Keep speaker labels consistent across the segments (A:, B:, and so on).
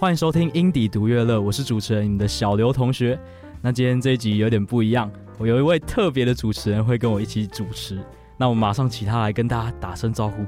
A: 欢迎收听 Indie 独乐乐，我是主持人你的小刘同学。那今天这一集有点不一样，我有一位特别的主持人会跟我一起主持。那我们马上请他来跟大家打声招呼。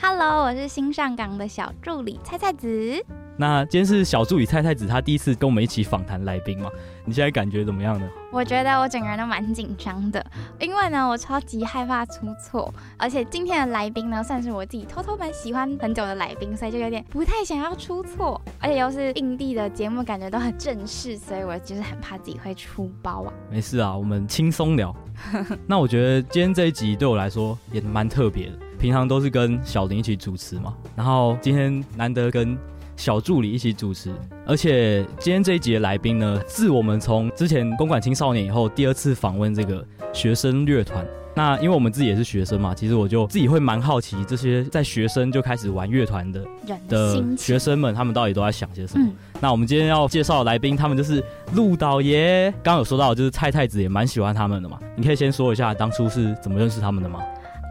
B: Hello，我是新上岗的小助理菜菜子。
A: 那今天是小助理菜菜子，他第一次跟我们一起访谈来宾嘛？你现在感觉怎么样呢？
B: 我觉得我整个人都蛮紧张的，因为呢，我超级害怕出错，而且今天的来宾呢，算是我自己偷偷蛮喜欢很久的来宾，所以就有点不太想要出错，而且又是印地的节目，感觉都很正式，所以我就是很怕自己会出包啊。
A: 没事啊，我们轻松聊。 那我觉得今天这一集对我来说也蛮特别的，平常都是跟小林一起主持嘛，然后今天难得跟小助理一起主持，而且今天这一集的来宾呢，是我们从之前公馆青少年以后第二次访问这个学生乐团。那因为我们自己也是学生嘛，其实我就自己会蛮好奇这些在学生就开始玩乐团的
B: 人
A: 的
B: 心情
A: 学生们，他们到底都在想些什么？
B: 嗯，
A: 那我们今天要介绍的来宾，他们就是鹿岛爷。刚刚有说到，就是蔡太子也蛮喜欢他们的嘛。你可以先说一下当初是怎么认识他们的吗？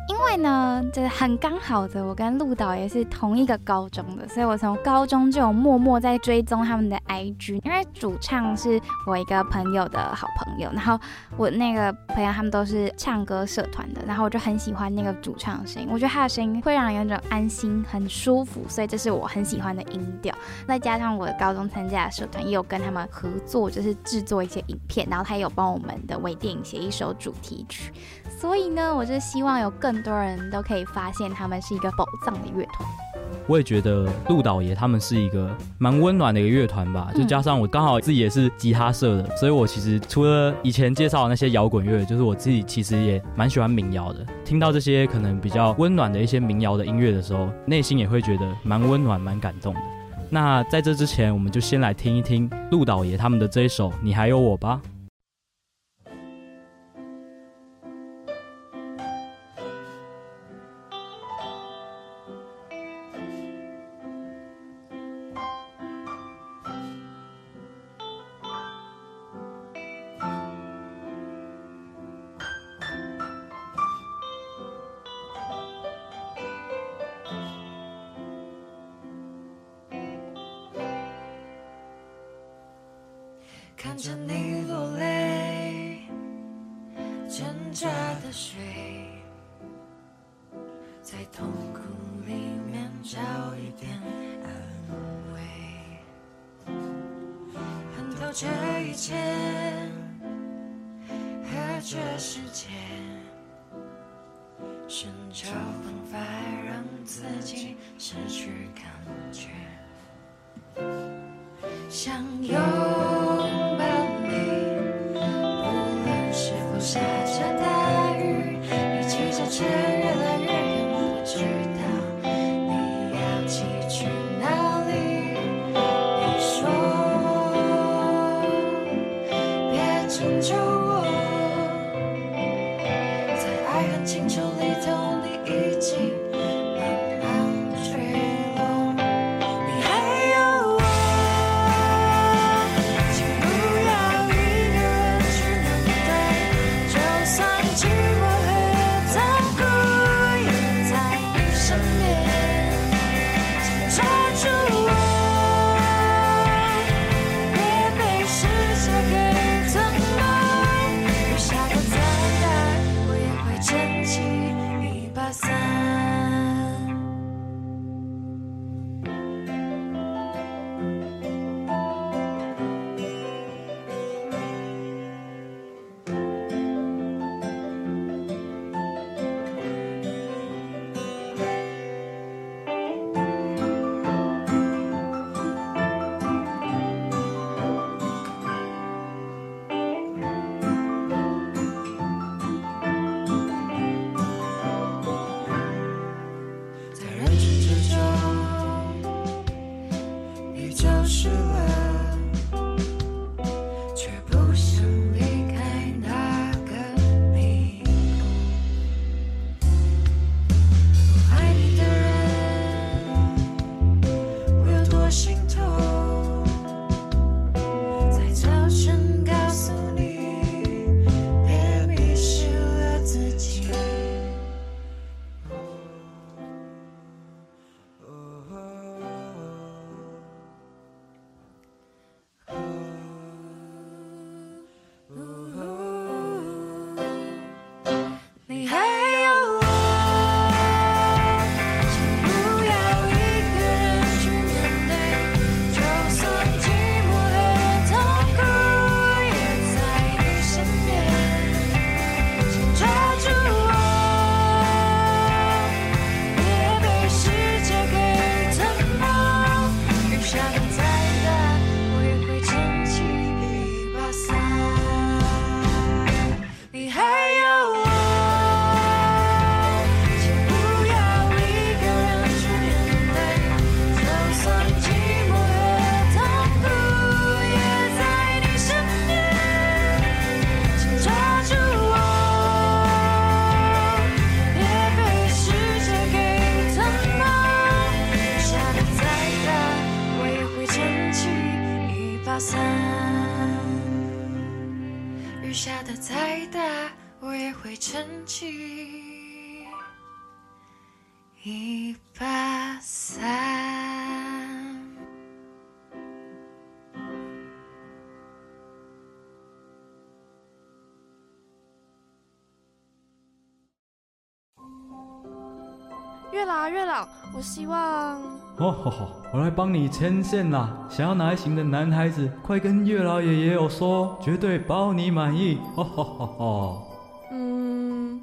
B: 因为呢，就是很刚好的，我跟鹿岛也是同一个高中的，所以我从高中就有默默在追踪他们的 IG，因为主唱是我一个朋友的好朋友，然后我那个朋友他们都是唱歌社团的，然后我就很喜欢那个主唱的声音，我觉得他的声音会让人有一种安心、很舒服，所以这是我很喜欢的音调。再加上我高中参加的社团也有跟他们合作，就是制作一些影片，然后他也有帮我们的微电影写一首主题曲，所以呢，我就希望有更多人都可以发现他们是一个宝藏的乐团。
A: 我也觉得鹿岛爷他们是一个蛮温暖的一个乐团吧，
B: 嗯
A: 就加上我刚好自己也是吉他社的，所以我其实除了以前介绍的那些摇滚乐，就是我自己其实也蛮喜欢民谣的。听到这些可能比较温暖的一些民谣的音乐的时候，内心也会觉得蛮温暖、蛮感动的。那在这之前，我们就先来听一听鹿岛爷他们的这一首《你还有我》吧。
C: 看着你落泪，挣扎的水，在痛苦里面找一点安慰，看透这一切和这世界，寻求方法让自己失去感觉。想拥抱你，不论是否下着大雨，你骑着车越来越远，不知道你要骑去哪里。你说别强求我，在爱恨情仇里头，你已经慢慢坠落。你还有我。我心头，才悄声告诉你，别迷失了自己。你还有我，请不要一个人去面对，就算寂寞和痛苦也在你身边，请抓住我，别被世界给吞没，雨下的再大，我也会撑起一把伞。你还有我，请不要一个人去面对，就算寂寞和痛苦也在你身边，请抓住我，别被世界给吞没，雨下的再大，我也会撑起一把伞。雨下的再大，我也会撑起一把伞。
D: 月老，月老，我希望
A: 哦吼吼，我来帮你牵线啦！想要哪一型的男孩子，快跟月老爷爷有说，绝对包你满意！哦吼吼吼！
D: 嗯，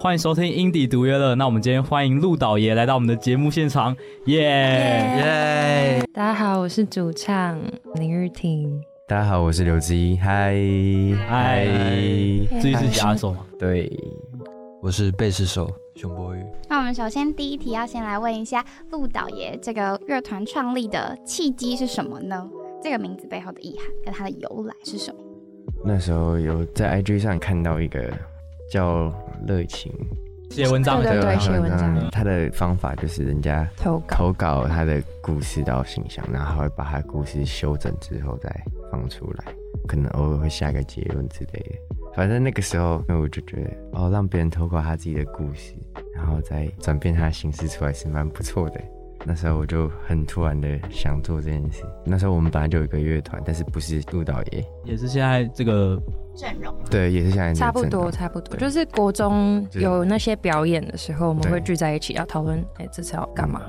A: 欢迎收听《音底独乐乐》。那我们今天欢迎陆导爷来到我们的节目现场，耶、
E: 耶！
F: 大家好，我是主唱林玉婷。
E: 大家好，我是刘之一，嗨
A: 嗨这一是吉他手嘛？
E: 对，
G: 我是贝斯手熊博宇。
H: 那我们首先第一题要先来问一下鹿岛爷这个乐团创立的契机是什么呢？这个名字背后的意涵跟它的由来是什么？
E: 那时候有在 IG 上看到一个叫热情
A: 写文章
F: 对
E: 的
F: 对写文章
E: 他的方法就是人家
F: 投稿
E: 投稿他的故事到信箱，然后他会把他故事修整之后再放出来，可能偶尔会下个结论之类的。反正那个时候，我就觉得哦，让别人投稿他自己的故事，然后再转变他的形式出来是蛮不错的。那时候我就很突然的想做这件事。那时候我们本来就有一个乐团，但是不是督导爷，
A: 也是现在这个
H: 阵容
E: 对，也是像
F: 差不多，差不多，
E: 对
F: 就是国中
E: 就是
F: 有那些表演的时候，我们
E: 对嗯
F: 会聚在一起要讨论，哎，这次要干嘛？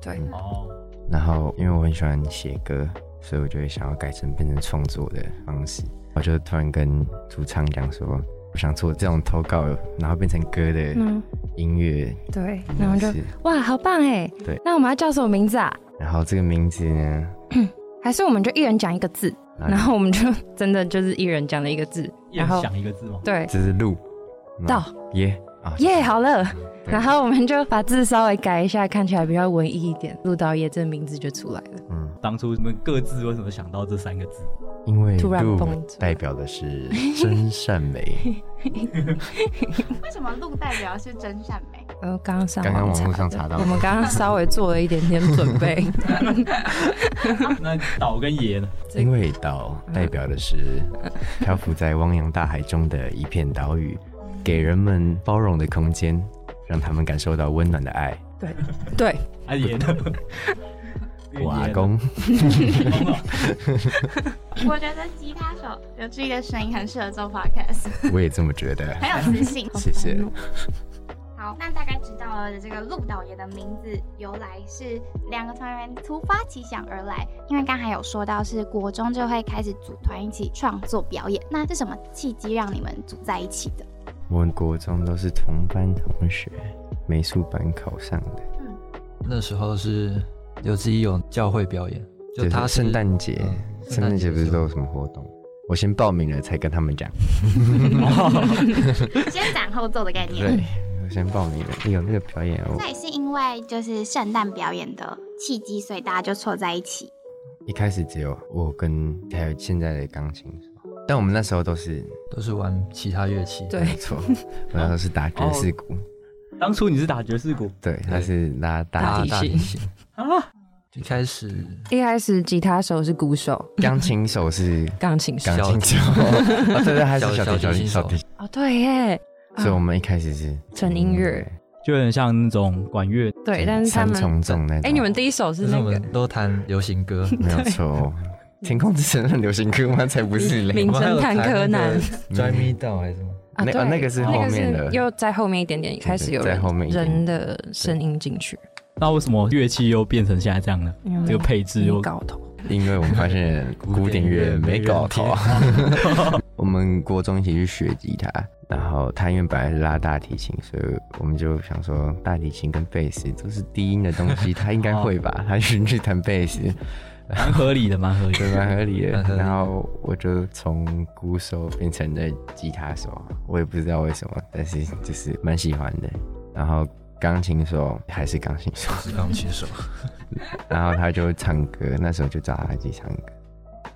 F: 对，
A: 哦，
E: 然后因为我很喜欢写歌，所以我就会想要改成变成创作的方式。我就突然跟主唱讲说，我想做这种投稿，然后变成歌的
F: 嗯，
E: 音乐
F: 对，然后
E: 模
F: 就
E: 式。
F: 哇，好棒哎！
E: 嗯对，
F: 那我们要叫什么名字啊？
E: 然后这个名字呢，啊
F: 还是我们就一人讲一个字，
E: 哎
F: 然后我们就真的就是一人讲了一个字，然后
A: 想一个字吗？
F: 对
E: 这是路
F: 到
E: 耶啊
F: 耶，好了，
E: 对
F: 然后我们就把字稍微改一下，看起来比较文艺一点，鹿岛爷这名字就出来了。
E: 嗯，
A: 当初你们各自为什么想到这三个字？
E: 因为
F: 突然蹦
E: 路
F: 出来
E: 代表的是真善美。
H: 为什么鹿代表是真善美？
F: 呃，刚刚上
E: 刚刚
F: 网
E: 网络上
F: 的
E: 查到
F: 我们刚刚稍微做了一点点准 备。
A: 那岛跟爷呢？
F: 这
E: 因为岛代表的是漂浮在汪洋大海中的一片岛屿，给人们包容的空间，让他们感受到温暖的爱。
F: 对，
A: 啊爷呢？
E: 我阿公，嗯
H: 我觉得吉他手刘志毅的声音很适合做 podcast，
E: 我也这么觉得。
H: 很有磁
B: 哦
H: 性。
E: 谢谢。
H: 好，那大概知道了这个鹿岛爷的名字由来是两个团员突发奇想而来，因为刚才有说到是国中就会开始组团一起创作表演，那是什么契机让你们组在一起的？
E: 我们国中都是同班同学，美术班考上的，
G: 那时候是刘志一有教会表演，
E: 就
G: 他
E: 是圣诞节
G: 嗯
E: 圣诞节不是都有什么活动？我先报名了才跟他们讲。
H: 先斩后奏的概念。
E: 对，我先报名了，有那个表演哦
H: 那。也是因为就是圣诞表演的契机，所以大家就凑在一起。
E: 一开始只有我跟还有现在的钢琴手，但我们那时候都是
G: 都是玩其他乐器。
F: 对
E: 没错，我那时候是打爵士
F: 哦
E: 鼓，
A: 当初你是打爵士鼓，
E: 对，他是拉大
G: 大
F: 打
E: 提
G: 大
F: 提啊
G: 提琴一开始
F: 一开始吉他手是鼓手，
E: 钢琴手是
F: 钢琴手
E: 钢。琴手， 哦对对，他是
G: 小
E: 小提小
G: 小提
E: 提
G: 琴
E: 小
G: 手
E: 提琴，
F: 哦，对耶，
E: 所以我们一开始是
F: 啊
E: 嗯
F: 纯音乐。
A: 就有点像那种管乐。
F: 对，但是他
E: 三重
F: 们，
E: 奏那
F: 哎，
E: 种。
F: 你们第一首是
G: 但是
F: 那
G: 我
F: 个
G: 们都弹流行歌，
E: 没有错，哦天空之城的流行歌吗？才不是嘞！
F: 名
G: 我们还有
F: 侦探柯南
G: 弹那个 Drive Me Down 还是 什么？
F: 啊，
E: 那
F: 对
E: 哦，那个是后面的
F: 那个是又在后面一点点开始有
E: 对对在后面
F: 人
E: 一点
F: 人的声音进去，
A: 那为什么乐器又变成现在这样呢？
F: 因为
A: 这个配置又
F: 搞头。
E: 因为我们发现古典乐没搞头。 我们国中一起去学吉他，然后他因为本来是拉大提琴，所以我们就想说大提琴跟贝斯都是低音的东西，他应该会吧？他就去弹贝斯，
A: 蛮合理的，蛮合理的。
E: 对，蛮合理的
G: 蛮合。理
E: 然后我就从鼓手变成了吉他手，我也不知道为什么，但是就是蛮喜欢的。然后钢琴手还是钢琴手，
G: 是钢琴手，
E: 然后他就唱歌，那时候就找他一起唱歌。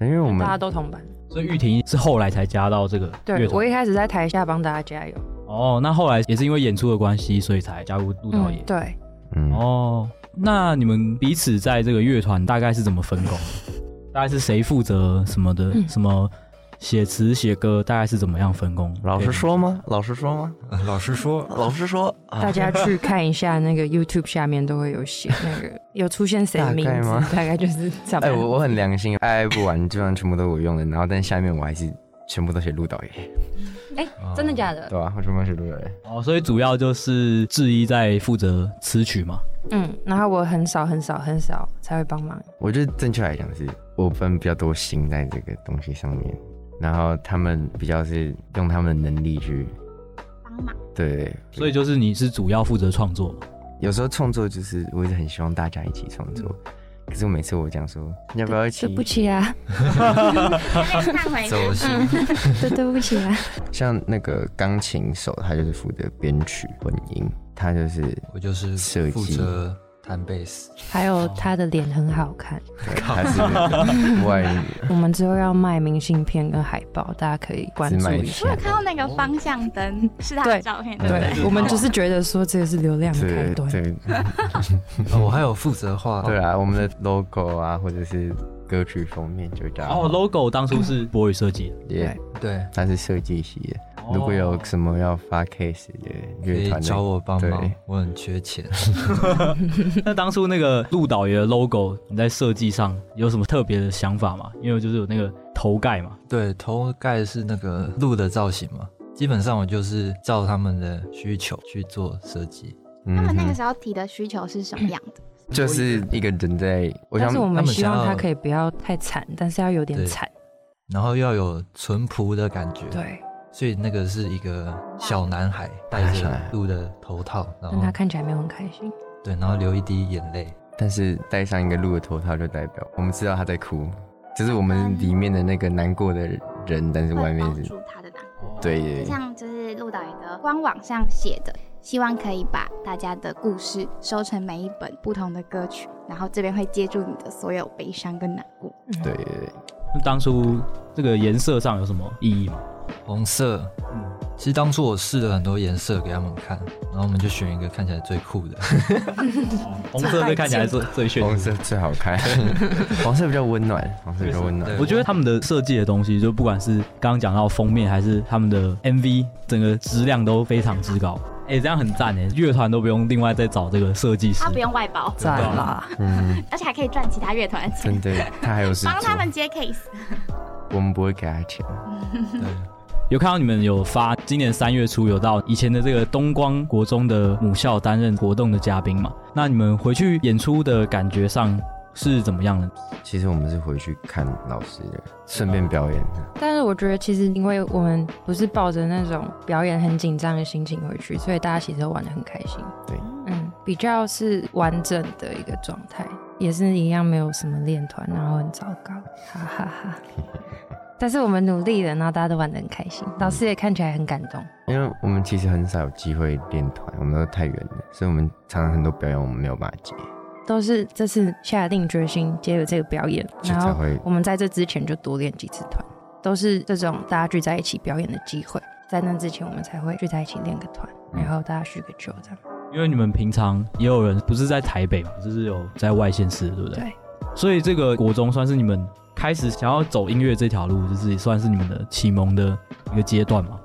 E: 因为我们
F: 大家都同班，
A: 所以玉婷是后来才加到这个乐
F: 对我
A: 团。
F: 一开始在台下帮大家加油，
A: 哦，那后来也是因为演出的关系，所以才加入舞蹈
F: 嗯
A: 野，。
F: 对，
E: 嗯，
A: 哦，那你们彼此在这个乐团大概是怎么分 工？大概是谁负责什么的？什么写词写歌，大概是怎么样分工？
E: 说吗？老师说吗？
G: 老师说
E: 老师说，
F: 大家去看一下那个 YouTube 下面都会有写那个有出现谁的名
E: 大概
F: 字
E: 吗，
F: 大概就是这
E: 哎，
F: 样。
E: 我我很良心，爱爱不完基本上全部都是我用的，然后但下面我还是全部都写鹿岛
F: 哎，
E: 爷，
G: 啊
F: 真的假的？
E: 对吧、啊我全部都写鹿岛爷。
A: 哦，所以主要就是志一在负责词曲嘛。
F: 嗯，然后我很少很少很少才会帮忙，
E: 我觉得正确来讲是，我分比较多心在这个东西上面，然后他们比较是用他们的能力去帮忙。对，
A: 所以就是你是主要负责创作嘛。
E: 有时候创作就是我一直很希望大家一起创作，可是我每次我讲说要不要一
F: 嗯
E: 起
F: 对，不起啊，
G: 走心，
F: 嗯对对不起啊，
E: 像那个钢琴手，他就是负责编曲混音，他就是
G: 我就是
E: 设计
G: 负责弹贝斯，
F: 还有他的脸很好看。
E: 对他是那个外
F: 我们之后要卖明信片跟海报，大家可以关
E: 只
F: 注
E: 卖
F: 一下。
E: 钱
H: 看到那个
E: 哦
H: 方向灯是他的
F: 对
H: 照片，对不对？
F: 对，我们就是觉得说这个是流量的开
E: 对
F: 端。
E: 对
G: 哦我还有负责画，
E: 对啊，我们的 logo 啊，或者是歌曲封面就这样。
A: 哦，logo 当初是 博宇设计的。哦
E: 耶，
G: 对，
E: 他是设计系的。如果 有什么要发 case 的
G: 哦可
E: 乐
G: 以
E: 团的，
G: 找我帮忙
E: 对，
G: 我很缺钱。
A: 那当初那个鹿岛爷的 logo，你在设计上有什么特别的想法吗？因为就是有那个头盖嘛，
G: 对，头盖是那个鹿的造型嘛，基本上我就是照他们的需求去做设计。
E: 嗯
H: 他
E: 哼
H: 们那个时候提的需求是什么样的？
E: 就是一个人在，我
F: 但
E: 想
F: 是我们
G: 他们
F: 希望
G: 想要
F: 他可以不要太惨，但是要有点
G: 对
F: 惨。
G: 然后要有淳朴的感觉，，
F: 对，
G: 所以那个是一个小男孩
E: 大
G: 戴
E: 小男
G: 着
E: 孩
G: 鹿的头套，然
F: 但
G: 后
F: 他看起来没有很开心。
G: 对，然后流一滴眼泪，
E: 但是戴上一个鹿的头套就代表我们知道他在哭，就是我们里面的那个难过的人，但是外面
H: 会
E: 是
H: 包住他的难过。
B: 哦
E: 对
B: 啊
H: 像就是鹿岛有的官网上写的，希望可以把大家的故事收成每一本不同的歌曲，然后这边会接住你的所有悲伤跟难过。
E: 对对对，
A: 那当初这个颜色上有什么意义吗？
G: 红色。其实当初我试了很多颜色给他们看，然后我们就选一个看起来最酷的，
A: 红色是看起来最最炫
E: 黄色最好看，黄色比较温暖，黄色比较温暖
G: 对。
A: 我觉得他们的设计的东西，就不管是刚刚讲到封面，还是他们的 MV，整个质量都非常之高。哎、这样很赞哎，乐团都不用另外再找这个设计师
H: 啊他。不用外 包，
F: 赞啦！
E: 嗯，
H: 而且还可以赚其他乐团的钱，
E: 真的，他还有事
H: 帮
E: 做
H: 他，们接 case。
E: 我们不会给他钱。
G: 对，
A: 有看到你们有发，今年三月初有到以前的这个东光国中的母校担任活动的嘉宾嘛？那你们回去演出的感觉上是怎么样的？
E: 其实我们是回去看老师的，顺便表演的。
F: 但是我觉得其实因为我们不是抱着那种表演很紧张的心情回去，所以大家其实都玩的很开心。
E: 对，
F: 嗯，比较是完整的一个状态。也是一样没有什么练团，然后很糟糕，哈哈哈但是我们努力了，然后大家都玩得很开心，老师也看起来很感动。
E: 因为我们其实很少有机会练团，我们都太远了，所以我们常常很多表演我们没有办法接，
F: 都是这次下定决心接了这个表演，
E: 所以
F: 然
E: 才
F: 后
E: 会
F: 我们在这之前就多练几次团，都是这种大家聚在一起表演的机会。在那之前，我们才会聚在一起练个团，
E: 嗯
F: 然后大家叙个旧这样。
A: 因为你们平常也有人不是在台北嘛，就是有在外县市的，对不对？
F: 对。
A: 所以这个国中算是你们开始想要走音乐这条路，就是也算是你们的启蒙的一个阶段嘛。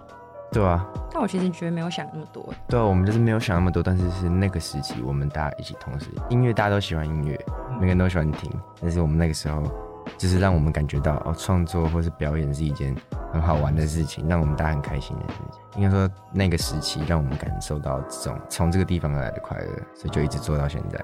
E: 对啊，
F: 但我其实觉得没有想那么多，
E: 对啊，我们就是没有想那么多，但是是那个时期我们大家一起同时音乐，大家都喜欢音乐，
F: 嗯
E: 每个人都喜欢听，但是我们那个时候就是让我们感觉到哦，创作或是表演是一件很好玩的事情，让我们大家很开心的事情。应该说那个时期让我们感受到这种从这个地方而来的快乐，所以就一直做到现在。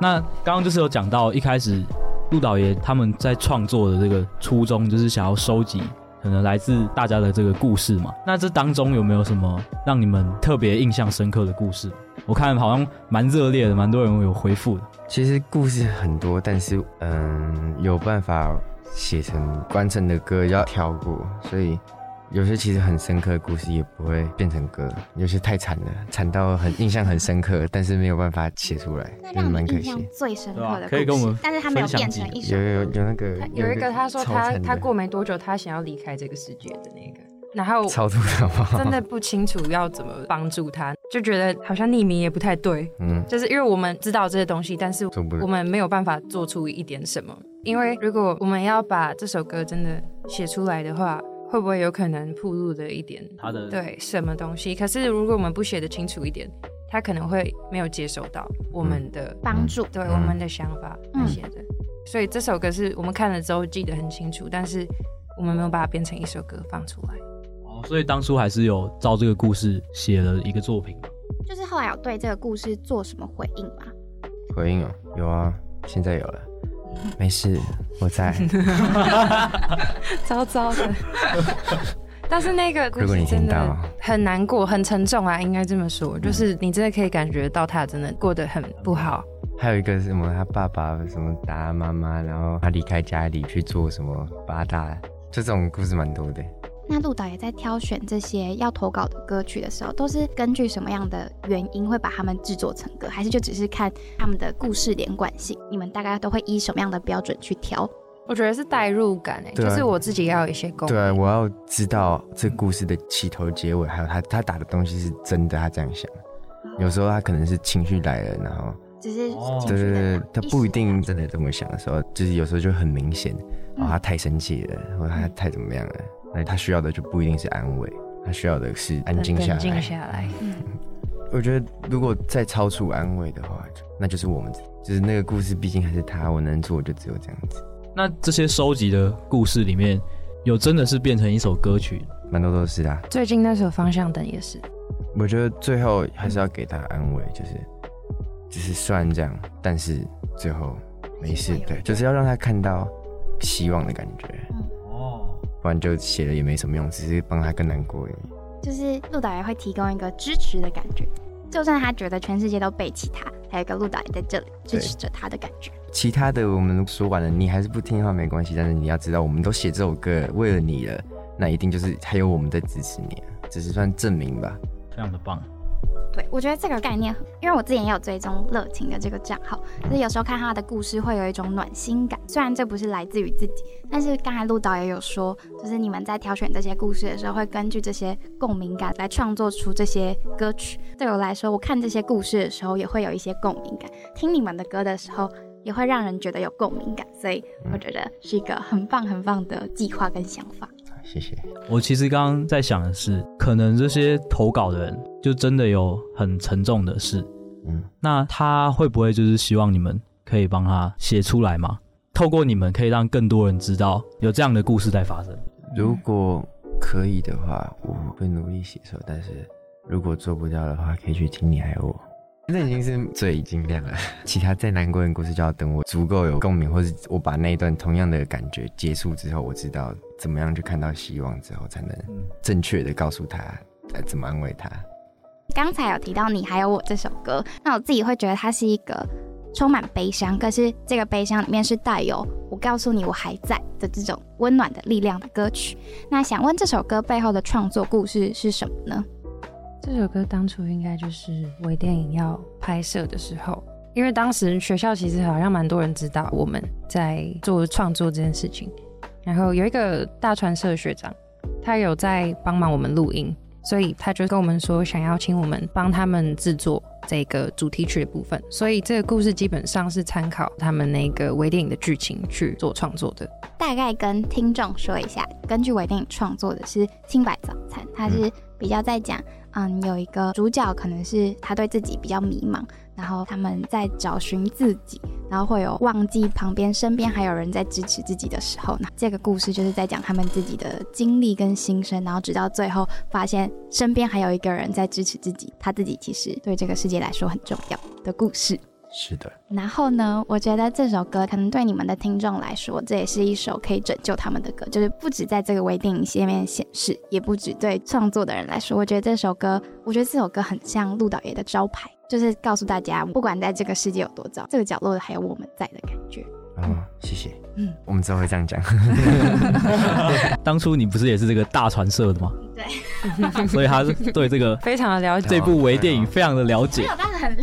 A: 那刚刚就是有讲到一开始陆导爷他们在创作的这个初衷，就是想要收集可能来自大家的这个故事嘛。那这当中有没有什么让你们特别印象深刻的故事？我看好像蛮热烈的，蛮多人有回复的。
E: 其实故事很多，但是嗯，有办法写成完成的歌要跳过，所以有些其实很深刻的故事也不会变成歌，有些太惨了，惨到很印象很深刻，但是没有办法写出来，
B: 那
E: 嗯
B: 让
E: 蛮
B: 你
E: 可
B: 印
E: 惜
B: 象。最深刻
A: 对啊
B: 的故事，
A: 可以跟我们
B: 但是它没有
A: 分享
B: 变
A: 几
B: 成一首
E: 有有有那个
F: 有一个他说
E: 超
F: 他
E: 惨的
F: 他过没多久，他想要离开这个世界的那个，然后
E: 超度的话，
F: 真的不清楚要怎么帮助他，就觉得好像匿名也不太对，
E: 嗯，
F: 就是因为我们知道这些东西，但是
E: 做不
F: 我
E: 了。
F: 们没有办法做出一点什么，因为如果我们要把这首歌真的写出来的话，会不会有可能暴露的一点
A: 他的
F: 对什么东西？可是如果我们不写的清楚一点，他可能会没有接收到我们的、
B: 帮助。
F: 对
E: 嗯
F: 我们的想法那些的。所以这首歌是我们看了之后记得很清楚，但是我们没有把它变成一首歌放出来。
A: 哦，所以当初还是有照这个故事写了一个作品。
B: 就是后来有对这个故事做什么回应吗？
E: 回应哦，有啊，现在有了，
F: 嗯
E: 没事，我在。
F: 糟糟的。 但是那个故
E: 如果
F: 事
E: 你
F: 真
E: 听
F: 的
E: 到啊嗯
F: 很难过，很沉重啊，应该这么说，就是你真的可以感觉到他真的过得很不好。
E: 还有一个是什么，他爸爸什么打他妈妈，然后他离开家里去做什么八大，这种故事蛮多的。
B: 那鹿导也在挑选这些要投稿的歌曲的时候，都是根据什么样的原因会把它们制作成歌，还是就只是看他们的故事连贯性？你们大概都会依什么样的标准去挑？
F: 我觉得是代入感、欸，
E: 对啊
F: 就是我自己要有一些共鸣。
E: 对啊，我要知道这故事的起头、结尾，还有他他打的东西是真的，他这样想。有时候他可能是情绪来了，然后
B: 只是
A: 哦
B: 情
E: 对
B: 绪
E: 对
B: 的
E: 对，他
B: 时
E: 不一定真的这么想的时候，就是有时候就很明显，哦，他太生气了，或者他太怎么样了，那他需要的就不一定是安慰，他需要的是安静下
F: 冷静
E: 来。
F: 下来，
E: 我觉得如果再超出安慰的话，就那就是我们自己，就是那个故事，毕竟还是他，我能做就只有这样子。
A: 那这些收集的故事里面，有真的是变成一首歌曲？
E: 蛮多都是啊，
F: 最近那首《方向灯》也是，
E: 我觉得最后还是要给他安慰，就是就是虽然这样，但是最后没事，对，就是要让他看到希望的感觉，
A: 哦，
E: 不然就写了也没什么用，只是帮他更难过而已。
B: 就是鹿导也会提供一个支持的感觉，就算他觉得全世界都背弃他，还有一个鹿导也在这里支持着他的感觉。
E: 其他的我们说完了，你还是不听的话没关系，但是你要知道，我们都写这首歌为了你了，那一定就是还有我们在支持你、啊，只是算证明吧。
A: 非常的棒。
B: 对，我觉得这个概念很，因为我之前也有追踪乐情的这个账号，就是有时候看他的故事会有一种暖心感。虽然这不是来自于自己，但是刚才陆导也有说，就是你们在挑选这些故事的时候，会根据这些共鸣感来创作出这些歌曲。对我来说，我看这些故事的时候也会有一些共鸣感，听你们的歌的时候也会让人觉得有共鸣感，所以我觉得是一个很棒很棒的计划跟想法。
E: 谢谢。
A: 我其实刚刚在想的是，可能这些投稿的人就真的有很沉重的事，
E: 嗯，
A: 那他会不会就是希望你们可以帮他写出来吗？透过你们可以让更多人知道有这样的故事在发生。
E: 如果可以的话，我会努力写手，但是如果做不到的话，可以去听你还有我。那已经是最尽量了， 其他再难过的故事就要等我足够有共鸣，或是我把那一段同样的感觉结束之后，我知道怎么样去看到希望之后，才能正确的告诉他，呃，怎么安慰他。
B: 刚才有提到《你还有我》这首歌，那我自己会觉得它是一个充满悲伤，可是这个悲伤里面是带有“我告诉你我还在”的这种温暖的力量的歌曲。那想问这首歌背后的创作故事是什么呢？
F: 这首歌当初应该就是微电影要拍摄的时候，因为当时学校其实好像蛮多人知道我们在做创作这件事情，然后有一个大传社的学长，他有在帮忙我们录音，所以他就跟我们说想要请我们帮他们制作这个主题曲的部分，所以这个故事基本上是参考他们那个微电影的剧情去做创作的。
B: 大概跟听众说一下，根据微电影创作的是《清白早餐》，它是比较在讲，嗯，有一个主角可能是他对自己比较迷茫，然后他们在找寻自己，然后会有忘记旁边身边还有人在支持自己的时候，那这个故事就是在讲他们自己的经历跟心声，然后直到最后发现身边还有一个人在支持自己，他自己其实对这个世界来说很重要的故事。
E: 是的，
B: 然后呢，我觉得这首歌可能对你们的听众来说，这也是一首可以拯救他们的歌，就是不止在这个微电影下面显示，也不止对创作的人来说，我觉得这首歌，我觉得这首歌很像鹿岛爷的招牌，就是告诉大家，不管在这个世界有多糟，这个角落还有我们在的感觉。
E: 哦，谢谢。
B: 嗯
E: 嗯，我们之后会这样讲。
A: 当初你不是也是这个大传社的吗？ 对，所以他是对这个
F: 非常的了解，
A: 这部微电影非常的了解。
B: 但很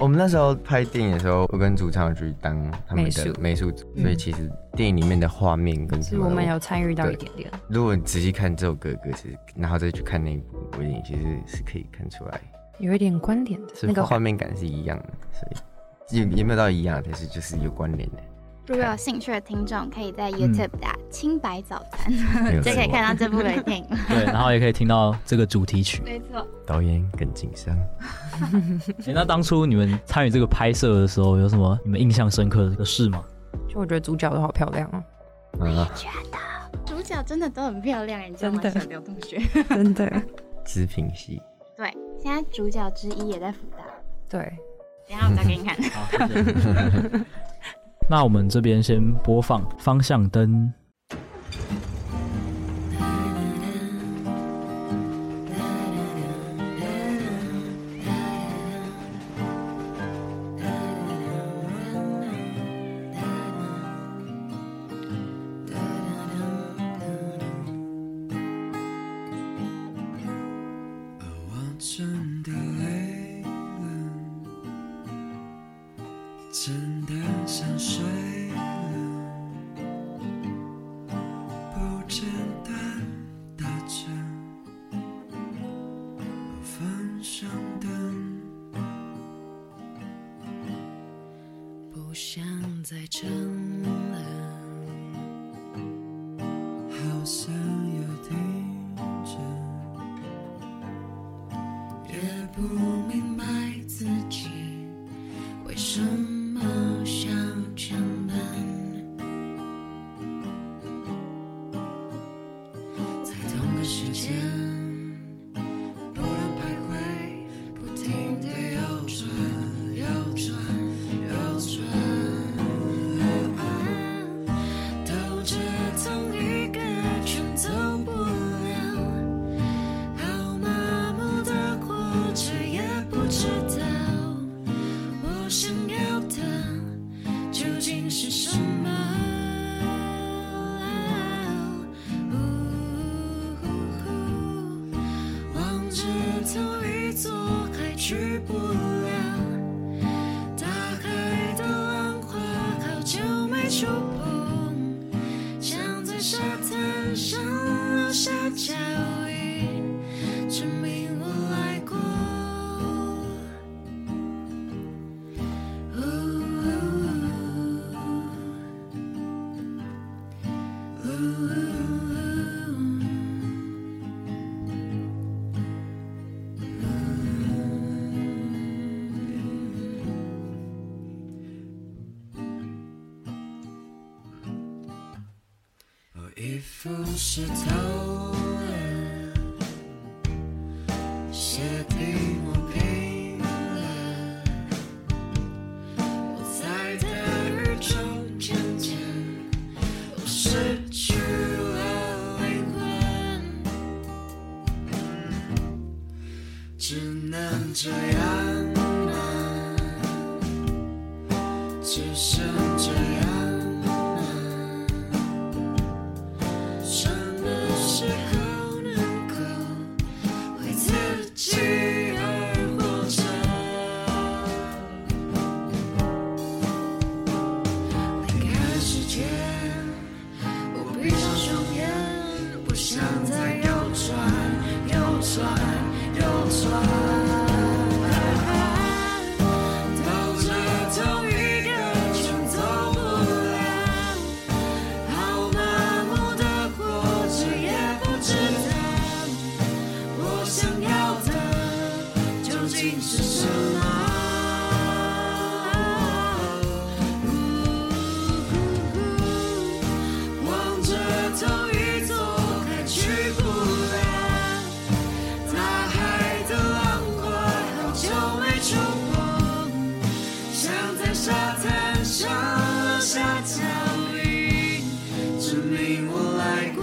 E: 我们那时候拍电影的时候，我跟主唱有去当他们
F: 美
E: 的
F: 术
E: 美术组，
F: 嗯
E: 所以其实电影里面的画面跟什
F: 是
E: 么
F: 我
E: 的
F: 们有参与到一
E: 对
F: 点点。
E: 如果你仔细看这首歌的歌词，然后再去看那一部微电影，其实是可以看出来，
F: 有一点关联的
E: 是
F: 那个
E: 画面感是一样的，所以也也没有到一样，啊但是就是有关联的。
B: 如
F: 啊
B: 果有兴趣的听众，可以在 YouTube 打“清白早餐”，
E: 没有
B: 就可以
E: 错
B: 看
F: 啊
B: 到这部微电影。
A: 对，然后也可以听到这个主题曲。
B: 没错，
E: 导演耿景生，
A: 诶那当初你们参与这个拍摄的时候，有什么你们印象深刻的事吗？
F: 就我觉得主角都好漂亮哦，
E: 啊，
B: 主角真的都很漂亮，你知道吗？
F: 真的
B: 小刘同学。
F: 真的。
E: 织品系，
B: 对，现在主角之一也在福大，
F: 对，
B: 等一下我再给你看。
A: 好，谢谢。那我们这边先播放《方向灯
C: 真的累了，真的想睡了，不简单打着方向灯，不想再撑了，好想要停着。也不明白自己为什么想前奔，在同个时间不断徘徊，不停地右转，右转，右转，兜着同一个圈走不了。好麻木的活着，也不知道我想要的究竟是什么。望着同一座海，去不了大海的浪花，好久没触碰。想在沙滩上留下脚印，证明我来过。哦我衣服湿透了，鞋底磨平了，我在大雨中渐渐，我失去了灵魂，只能这样吗？只剩这样吗？什么时候能够为自己而活着？灵感时间，我闭上双眼，不想再右转，右转，右转。到这同一个圈走不了，好麻木的活着，也不知道我想要的究竟是什么。望着同一座海去不了，大海的浪花好久没触碰，像在沙滩上落下脚印，证明我来过，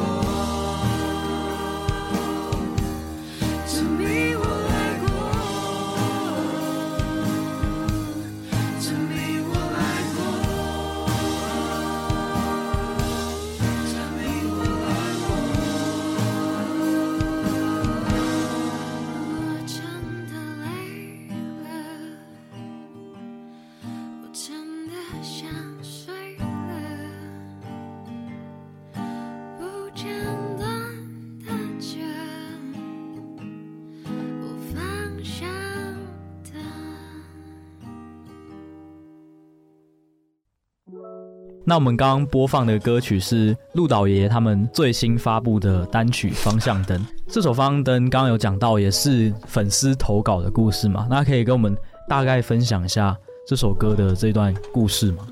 C: 证明我来过，证明我来过。证明我来过，我真的累了，我真的想睡了，不简单的着，我方向的。
A: 那我们刚刚播放的歌曲是鹿岛爷他们最新发布的单曲《方向灯》。这首《方向灯》刚刚有讲到，也是粉丝投稿的故事嘛？那可以跟我们大概分享一下这首歌的这段故事吗？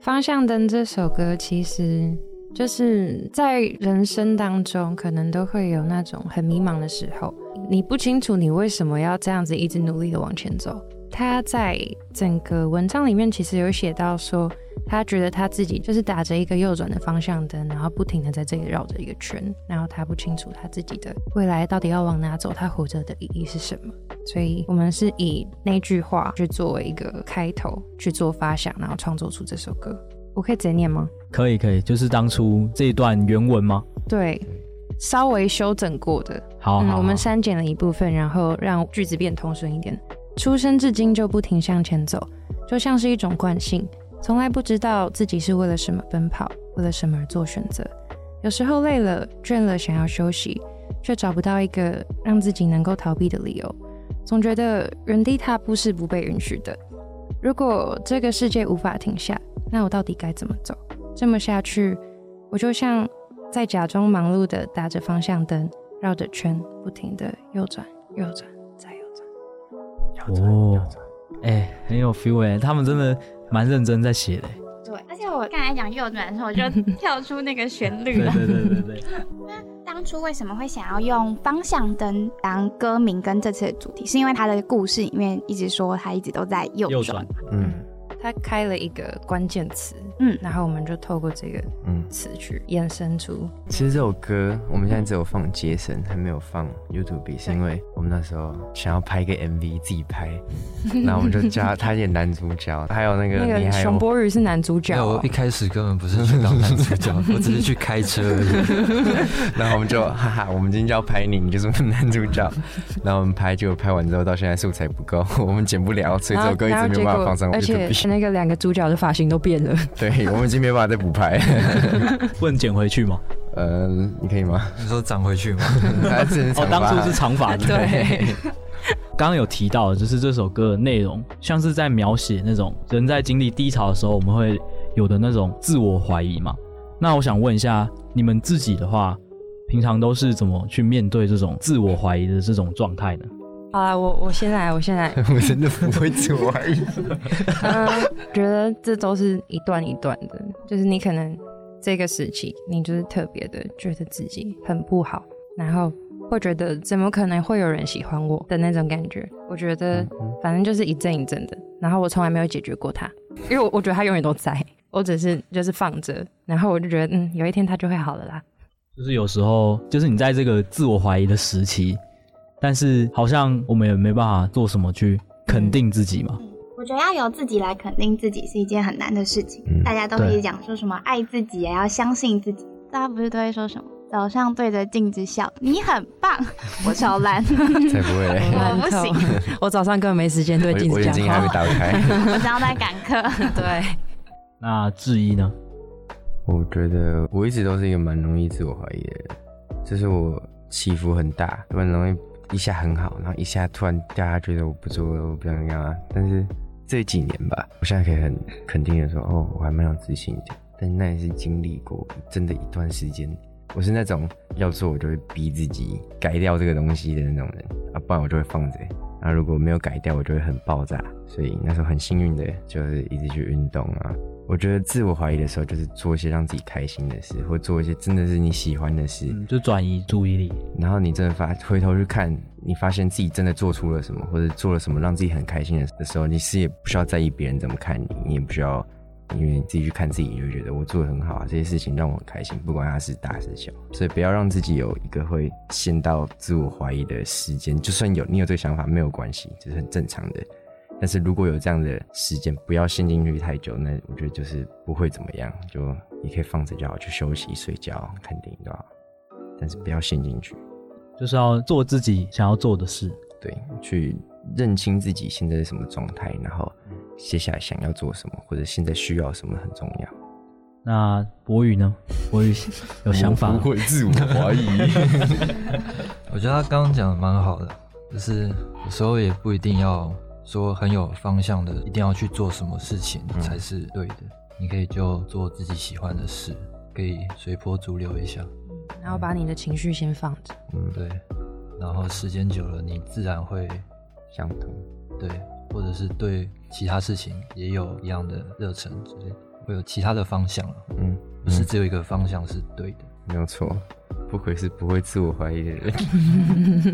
F: 方向灯这首歌其实就是在人生当中，可能都会有那种很迷茫的时候，你不清楚你为什么要这样子一直努力的往前走。他在整个文章里面其实有写到说，他觉得他自己就是打着一个右转的方向灯，然后不停的在这里绕着一个圈，然后他不清楚他自己的未来到底要往哪走，他活着的意义是什么。所以我们是以那句话去作为一个开头去做发想，然后创作出这首歌。我可以直接念吗？
A: 可以，可以，就是当初这一段原文吗？
F: 对，稍微修整过的，
A: 好，好
F: 嗯，
A: 好
F: 我们删减了一部分，然后让句子变通顺一点。出生至今就不停向前走，就像是一种惯性，从来不知道自己是为了什么奔跑，为了什么而做选择。有时候累了、倦了，想要休息，却找不到一个让自己能够逃避的理由，总觉得原地踏步是不被允许的。如果这个世界无法停下，那我到底该怎么走？这么下去，我就像在假装忙碌的打着方向灯，绕着圈不停的右转、右转再右转。
A: 哦，哎、很有 feel 哎、他们真的蛮认真在写的、
B: 对，而且我刚才讲右转的时候，我就跳出那个旋律
A: 对
B: 了。
A: 对对对 对，
B: 当初为什么会想要用方向灯当歌名跟这次的主题，是因为他的故事里面一直说他一直都在右
A: 右
B: 转
A: 转，
E: 嗯
F: 他开了一个关键词，
B: 嗯
F: 然后我们就透过这个
E: 嗯。
F: 词去延伸出，
E: 其实这首歌我们现在只有放街声，还没有放 YouTube，是因为我们那时候想要拍一个 MV，自己拍， 然后我们就叫他演男主角，还有那个哦
F: 那
E: 你
F: 个
E: 还有
F: 熊波宇是男主角
G: 没有，
F: 哦、
G: 我一开始根本不是去当男主角，我只是去开车而已。
E: 然后我们就哈哈，我们今天就要拍你，你就是男主角。然后我们拍，结果拍完之后到现在素材不够，我们剪不了，所以这首歌一
F: 然后
E: 直没有
F: 然
E: 办
F: 后结
E: 法
F: 果
E: 放上
F: 而且
E: YouTube。
F: 那个两个主角的发型都变了，
E: 对，我们已经没办法再补拍。
A: 不能捡回去吗？
E: 呃，你可以 吗？
G: 你说长回去吗？
E: 他只能
A: 哦，
E: 长
A: 当初
E: 发
A: 是。长发的。
F: 对，
A: 刚刚有提到的，就是这首歌的内容，像是在描写那种人在经历低潮的时候，我们会有的那种自我怀疑嘛。那我想问一下，你们自己的话，平常都是怎么去面对这种自我怀疑的这种状态呢？
F: 好啦，我我先来，我先来，
E: 我真的不会做而已。
F: 嗯，觉得这都是一段一段的，就是你可能这个时期，你就是特别的觉得自己很不好，然后会觉得怎么可能会有人喜欢我的那种感觉。我觉
G: 嗯
F: 得反正就是一阵一阵的，然后我从来没有解决过它，因为我我觉得它永远都在，我只是就是放着，然后我就觉得嗯，有一天它就会好了啦。
A: 就是有时候，就是你在这个自我怀疑的时期，但是好像我们也没办法做什么去肯定自己嘛。
F: 我
B: 嗯我觉得要由自己来肯定自己是一件很难的事情。
E: 嗯
B: 大家都
G: 对
B: 会讲说什么爱自己啊，要相信自己。大家不是都会说什么早上对着镜子笑，你很棒，我超烂，
E: 才不会
F: 哦
E: 嘞，
B: 我不行，
F: 我早上根本没时间对镜
E: 我我
F: 子
E: 眼
F: 讲
E: 睛还没
F: 话。
E: 打开。
B: 我正在赶课。
F: 对，
A: 那质疑呢？
E: 我觉得我一直都是一个蛮容易自我怀疑的人，就是我起伏很大，蛮容易一下很好，然后一下突然啊大家觉得我不做了，我不想干嘛。但是这几年吧，我现在可以很肯定的说，哦，我还蛮有自信的。但是那也是经历过真的一段时间，我是那种要做我就会逼自己改掉这个东西的那种人啊，不然我就会放着。然后如果没有改掉，我就会很爆炸。所以那时候很幸运的就是一直去运动啊，我觉得自我怀疑的时候，就是做一些让自己开心的事，或做一些真的是你喜欢的事。
A: 嗯，就转移注意力。
E: 然后你真的发回头去看，你发现自己真的做出了什么，或者做了什么让自己很开心的的时候，你是也不需要在意别人怎么看你，你也不需要因为你自己去看自己，你就会觉得我做的很好啊，这些事情让我很开心，不管它是大是小。所以不要让自己有一个会陷到自我怀疑的时间，就算有你有这个想法没有关系，这是很正常的。但是如果有这样的时间，不要陷进去太久，那我觉得就是不会怎么样，就也可以放着就好，去休息、睡觉、看电影都好，但是不要陷进去。
A: 就是要做自己想要做的事。
E: 对，去认清自己现在是什么状态，然后接下来想要做什么，或者现在需要什么很重要。
A: 那博宇呢？博宇有想法吗？
E: 会自我怀疑，
G: 我觉得他刚刚讲的蛮好的，就是有时候也不一定要说很有方向的，一定要去做什么事情
E: 嗯
G: 才是对的。你可以就做自己喜欢的事，可以随波逐流一下，
F: 然后把你的情绪先放 着。
E: 嗯，对，
G: 对。然后时间久了，你自然会
E: 相同。
G: 对，或者是对其他事情也有一样的热忱之类的，会有其他的方向了，啊
E: 嗯，
G: 不是只有一个方向是对的。
E: 没有错，不愧是不会自我怀疑的人。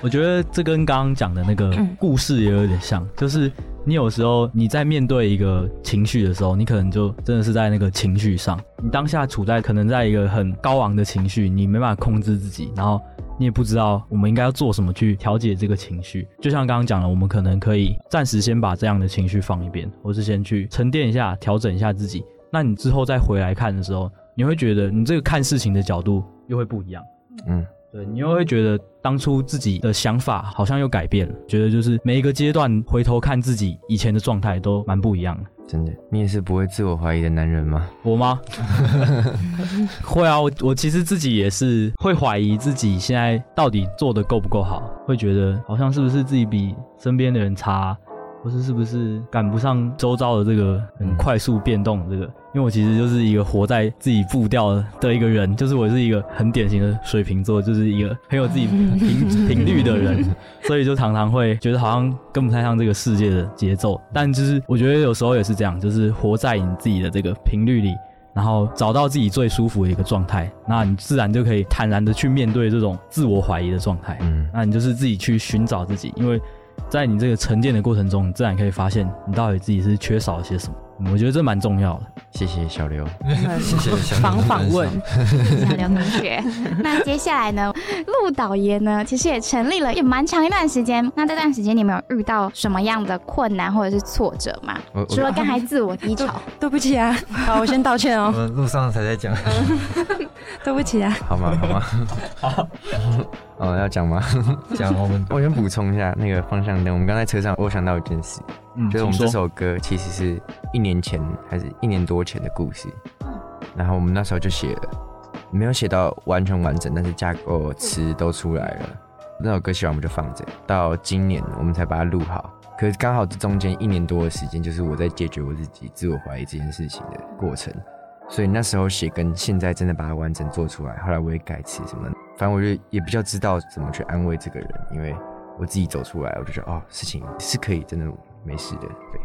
A: 我觉得这跟刚刚讲的那个故事也有点像，就是你有时候你在面对一个情绪的时候，你可能就真的是在那个情绪上，你当下处在可能在一个很高昂的情绪，你没办法控制自己，然后你也不知道我们应该要做什么去调节这个情绪。就像刚刚讲了，我们可能可以暂时先把这样的情绪放一边，或是先去沉淀一下，调整一下自己。那你之后再回来看的时候，你会觉得你这个看事情的角度又会不一样。
E: 嗯，
A: 对你又会觉得当初自己的想法好像又改变了，觉得就是每一个阶段回头看自己以前的状态都蛮不一样的。
E: 真的，你也是不会自我怀疑的男人吗？
A: 我吗？ 会啊，我我其实自己也是会怀疑自己现在到底做的够不够好，会觉得好像是不是自己比身边的人差，或是是不是赶不上周遭的这个很快速变动的这个。因为我其实就是一个活在自己步调的一个人，就是我是一个很典型的水瓶座，就是一个很有自己频频率的人，所以就常常会觉得好像跟不太上这个世界的节奏。但就是我觉得有时候也是这样，就是活在你自己的这个频率里，然后找到自己最舒服的一个状态，那你自然就可以坦然的去面对这种自我怀疑的状态。
E: 嗯，
A: 那你就是自己去寻找自己，因为在你这个沉淀的过程中，你自然可以发现嗯你到底自己是缺少了些什么。嗯我觉得这蛮重要的。
E: 谢谢小刘。
G: 谢谢小
F: 防访问，
B: 小刘同 学。那接下来呢，陆导爷呢，其实也成立了也蛮长一段时间。那这段时间你们有遇到什么样的困难或者是挫折吗？
E: 我我
B: 除了刚才自我低 潮，
F: 对不起啊，好，我先道歉
G: 我
F: 哦，
G: 们路上才在讲，
F: 对不起啊。
E: 好吗？好吗？好。 哦，要讲吗？
G: 讲我们
E: 我先补充一下那个方向灯。我们刚才车上，我想到一件事，
A: 嗯，
E: 就是我们
A: 请
E: 这
A: 说
E: 首歌其实是一年前还是一年多前的故事，
A: 嗯
E: 然后我们那时候就写了，没有写到完全完整，但是架构词都出来了。那首歌写完我们就放着，到今年我们才把它录好。可是刚好这中间一年多的时间，就是我在解决我自己自我怀疑这件事情的过程，所以那时候写跟现在真的把它完整做出来，后来我也改词什么的，反正我就也比较知道怎么去安慰这个人，因为我自己走出来，我就觉得哦，事情是可以真的没事的，对。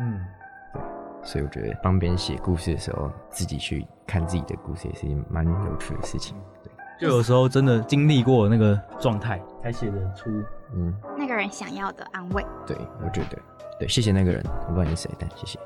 A: 嗯。
E: 所以我觉得帮别人写故事的时候，自己去看自己的故事也是一件蛮有趣的事情。对，
A: 就有时候真的经历过那个状态，才写得出。
E: 嗯，
B: 那个人想要的安慰，
E: 对，我觉得，对，谢谢那个人，我不知道你是谁，但谢谢。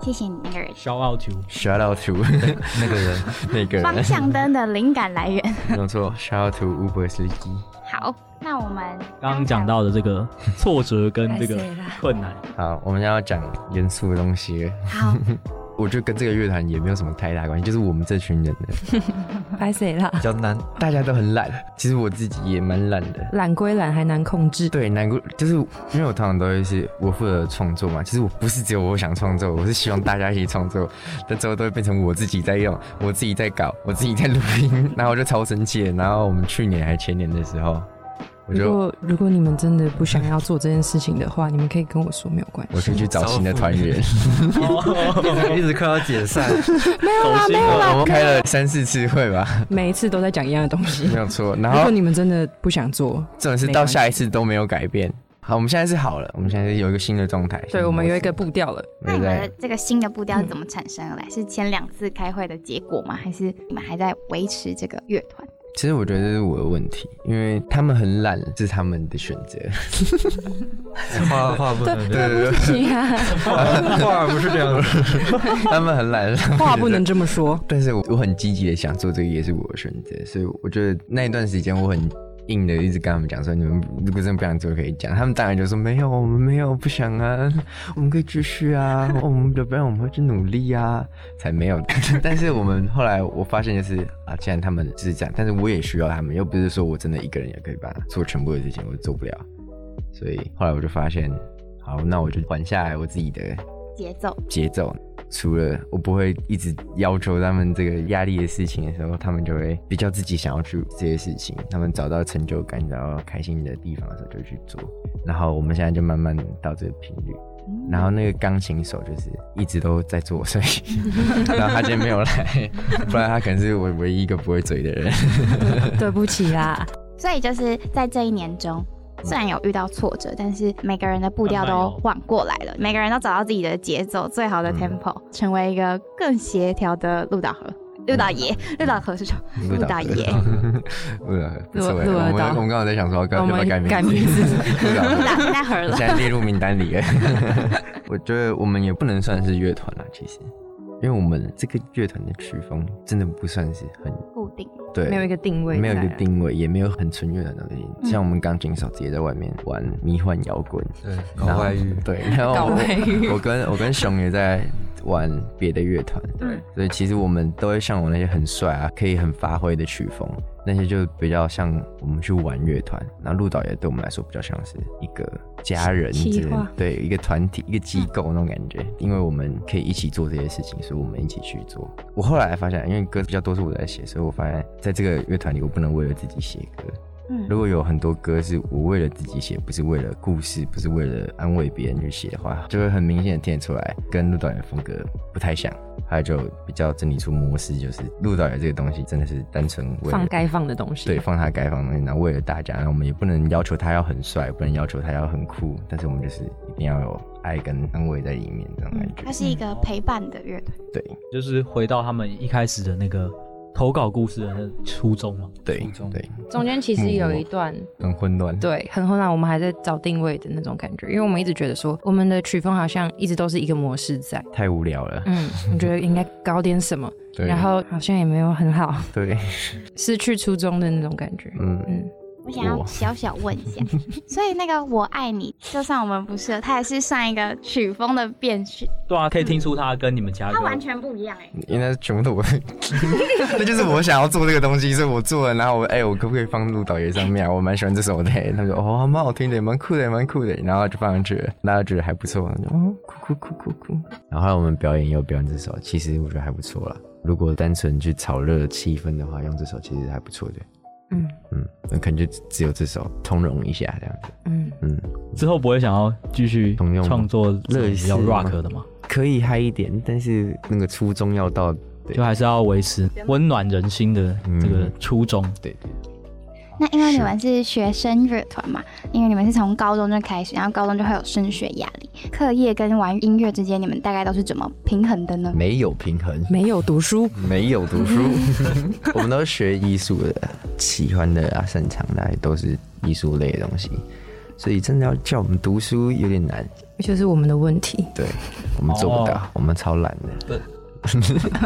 B: 谢谢你那 个人。
A: Shout out to
E: Shout out to
G: 那个人，
E: 那个
B: 方
E: 人，
B: 向灯的灵感来源，
E: 没有错，Shout out to Uber 司机。
H: 好，那我们
A: 刚刚讲到的这个挫折跟这个
F: 拍摄啦
A: 困难，
E: 好，我们要讲严肃的东西了。
B: 好，
E: 我觉得跟这个乐团也没有什么太大关系，就是我们这群人 的，
F: 拍谁啦？
G: 比较难，
E: 大家都很懒。其实我自己也蛮懒的，
F: 懒归懒，还难控制。
E: 对，难过就是因为我通常都会是我负责创作嘛，其实我不是只有我想创作，我是希望大家一起创作，但最后都会变成我自己在用，我自己在搞，我自己在录音，然后我就超生气的。然后我们去年还前年的时候，我
F: 如
E: 就
F: 果如果你们真的不想要做这件事情的话，你们可以跟我说，没有关
E: 我
F: 系
E: 是。去找新的团员，
A: 哦
G: 一直快要解散，
A: 走心了。
E: 我们开了三四次会吧，
F: 每一次都在讲一样的东西。
E: 没有错。然
F: 如
E: 后
F: 果你们真的不想做，
E: 重点是到下一次都没有改变。好，我们现在是好了，我们现在是有一个新的状态。
F: 对我们有一个步调了。
E: 新
B: 那
E: 的
B: 你
E: 模
B: 们
E: 式，对不对
B: 的这个新的步调是怎么产生 而来？是前两次开会的结果吗？还是你们还在维持这个乐团？
E: 其实我觉得这是我的问题，因为他们很懒，这是他们的选 择。
G: 话话不能
E: 对对对，
F: 行啊，
G: 话不是这样的，
E: 他们很懒，他 们
F: 话不能这么说。
E: 哦但是我我很积极的想做这个，也是我的选择，所以我觉得那一段时间我很硬的一直跟他们讲说，你们如果真的不想做可以讲，他们当然就说没有，我们没有不想啊， 我们可以继续啊，我们的不然我们会去努力啊，才没有。 但是我们后来我发现就是啊，既然他们是这样，但是我也需要他们，又不是说我真的一个人也可以把做全部的事情，我做不了，所以后来我就发现，好，那我就缓下来我自己的
B: 节奏
E: 节奏。除了我不会一直要求他们这个压力的事情的时候，他们就会比较自己想要去这些事情，他们找到成就感、找到开心的地方的时候就去做。然后我们现在就慢慢到这个频率。然后那个钢琴手就是一直都在做，所以 然后他今天没有来，不然他可能是我唯一一个不会嘴的人。
F: 对不起啦，
B: 所以就是在这一年中，虽然有遇到挫折，但是每个人的步调
A: 嗯慢慢嗯
B: 都
A: 哦
B: 缓过来了，每个人都找到自己的节奏，最好的 tempo，、成为一个更协调的鹿岛河。
A: 嗯
B: 鹿 岛爷，鹿岛河是什么？鹿岛 爷，
E: 陆导，不错
F: 陆
E: 欸
F: 陆
E: 我们
F: 导
E: 我们刚刚在想说要不要
F: 我
E: 不
F: 们
E: 要改名
F: 改名 字
E: 陆导
B: 鹿岛现在河了
E: 我。现在列入名单里了。我觉得我们也不能算是乐团啦，其实，因为我们这个乐团的曲风真的不算是很
B: 固定，
E: 对，
F: 没有一个定位，啊
E: 没有一个。定位，也没有很纯乐团的东西。像我们钢琴手直接在外面玩迷幻摇滚，
G: 对，搞外遇，
E: 对，然后
F: 搞
E: 我
F: 外遇
E: 我跟我跟熊也在玩别的乐团，对，所以其实我们都会向往那些很帅啊，可以很发挥的曲风，那些就比较像我们去玩乐团。然后鹿岛也对我们来说比较像是一个家人
F: 企
E: 之类的
F: 划嗯
E: 对，一个团体、一个机构那种感觉，因为我们可以一起做这些事情，所以我们一起去做。我后来发现，因为歌比较多是我在写，所以我发现在这个乐团里，我不能为了自己写歌，
B: 嗯
E: 如果有很多歌是我为了自己写，不是为了故事，不是为了安慰别人去写的话，就会很明显的听得出来，跟陆导演的风格不太像。还有就比较整理出模式，就是陆导演这个东西真的是单纯为了
F: 放该放的东西，
E: 对，放他该放的东西，然后为了大家，然后我们也不能要求他要很帅，不能要求他要很酷，但是我们就是一定要有爱跟安慰在里面，这种感
B: 嗯，
E: 觉。
B: 它是一个陪伴的乐团。
E: 对
A: 就是回到他们一开始的那个投稿故事的那个初衷嘛。
E: 对
G: 初衷
E: 对，
F: 中间其实有一段
E: 很混乱。
F: 对，很混乱，我们还在找定位的那种感觉，因为我们一直觉得说，我们的曲风好像一直都是一个模式在，
E: 太无聊了。
F: 嗯，我觉得应该搞点什么，
E: 对，
F: 然后好像也没有很好，
E: 对，
F: 失去初衷的那种感觉。
E: 嗯，
F: 嗯，
B: 我想要
E: 我
B: 小小问一下，所以那个我爱你，就算我们不适合，它也是算一个曲风的变曲，
A: 对啊，可以听出他跟你们家
B: 它
A: 有
B: 完全不一样哎、
E: 应该全部都我， 那就是我想要做这个东西，所以我做了。然后我哎、我可不可以放入导游上面啊？我蛮喜欢这首的。他们说哦，蛮好听的，蛮酷的，蛮酷的。然后就放上去了，大家觉得还不错，就哦，酷酷酷酷酷。然后后来我们表演也有表演这首，其实我觉得还不错啦。如果单纯去炒热气氛的话，用这首其实还不错的。
F: 嗯
E: 嗯，那可能就只只有这首通融一下这样子。
F: 嗯，
E: 嗯，
A: 之后不会想要继续
E: 同样
A: 创作
E: 类
A: 类
E: 似
A: 似要
E: 的吗
A: rock 的吗？
E: 可以嗨一点，但是那个初衷要到。对
A: 就还是要维持温暖人心的这个
E: 嗯
A: 初衷。
E: 对对，
B: 那因为你们是学生乐团嘛，因为你们是从高中就开始，然后高中就会有升学压力，课业跟玩音乐之间，你们大概都是怎么平衡的呢？
E: 没有平衡，
F: 没有读书，
E: 没有读书，我们都是学艺术的，喜欢的啊、擅长的啊、都是艺术类的东西，所以真的要叫我们读书有点难，
F: 就是我们的问 题，
E: 对我们做不到，
A: 哦
E: 我们超懒的。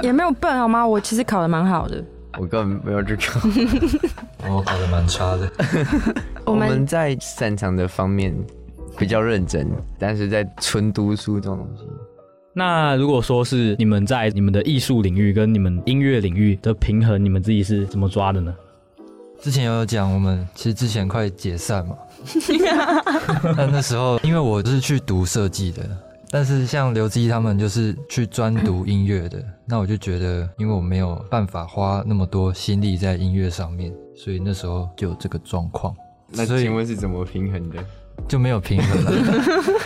F: 也没有笨好吗？我其实考的蛮好的，
E: 我根本没有去考。
G: 然
E: 哦
G: 后考的蛮差的。
F: 我
E: 我
F: 们
E: 们在擅长的方面比较认真，但是在纯读书这种东西，
A: 那如果说是你们在你们的艺术领域跟你们音乐领域的平衡，你们自己是怎么抓的呢？
G: 之前有讲，我们其实之前快解散嘛， 但那时候因为我是去读设计的，但是像刘志毅他们就是去专读音乐的，那我就觉得，因为我没有办法花那么多心力在音乐上面，所以那时候就有这个状况，
E: 那
G: 所以
E: 请问是怎么平衡的？
G: 就没有平衡了。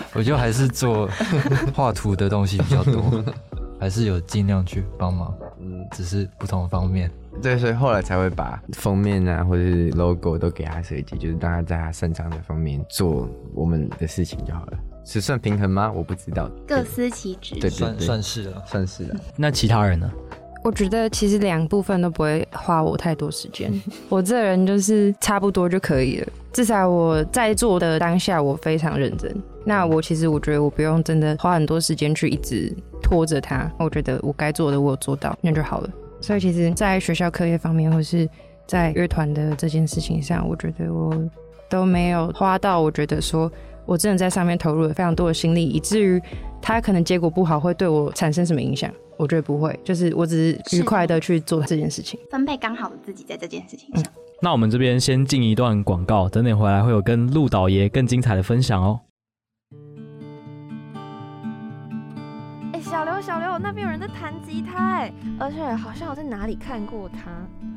G: 我就还是做画图的东西比较 多，还是有尽量去帮忙，
E: 嗯，
G: 只是不同方面。
E: 对，所以后来才会把封面啊，或者是 logo 都给他设计，就是让他在他擅长的方面做我们的事情就好了。是算平衡吗？我不知道。
B: 各司其职。
E: 对对
G: 算
E: 对，
G: 算是了、
E: 算是了。
A: 那其他人呢？
F: 我觉得其实两部分都不会花我太多时间，我这人就是差不多就可以了。至少我在做的当下，我非常认真。那我其实我觉得我不用真的花很多时间去一直拖着它，我觉得我该做的我有做到，那就好了。所以其实，在学校课业方面，或是在乐团的这件事情上，我觉得我都没有花到我觉得说我真的在上面投入了非常多的心力，以至于它可能结果不好会对我产生什么影响？我觉得不会，就是我只是愉快的去做这件事情。
B: 分配刚好自己在这件事情
E: 嗯
B: 上。
A: 那我们这边先进一段广告，等等回来会有跟鹿岛爷更精彩的分享哦。
D: 哎、小刘，小刘，那边有人在弹吉他、哎，而且好像我在哪里看过他。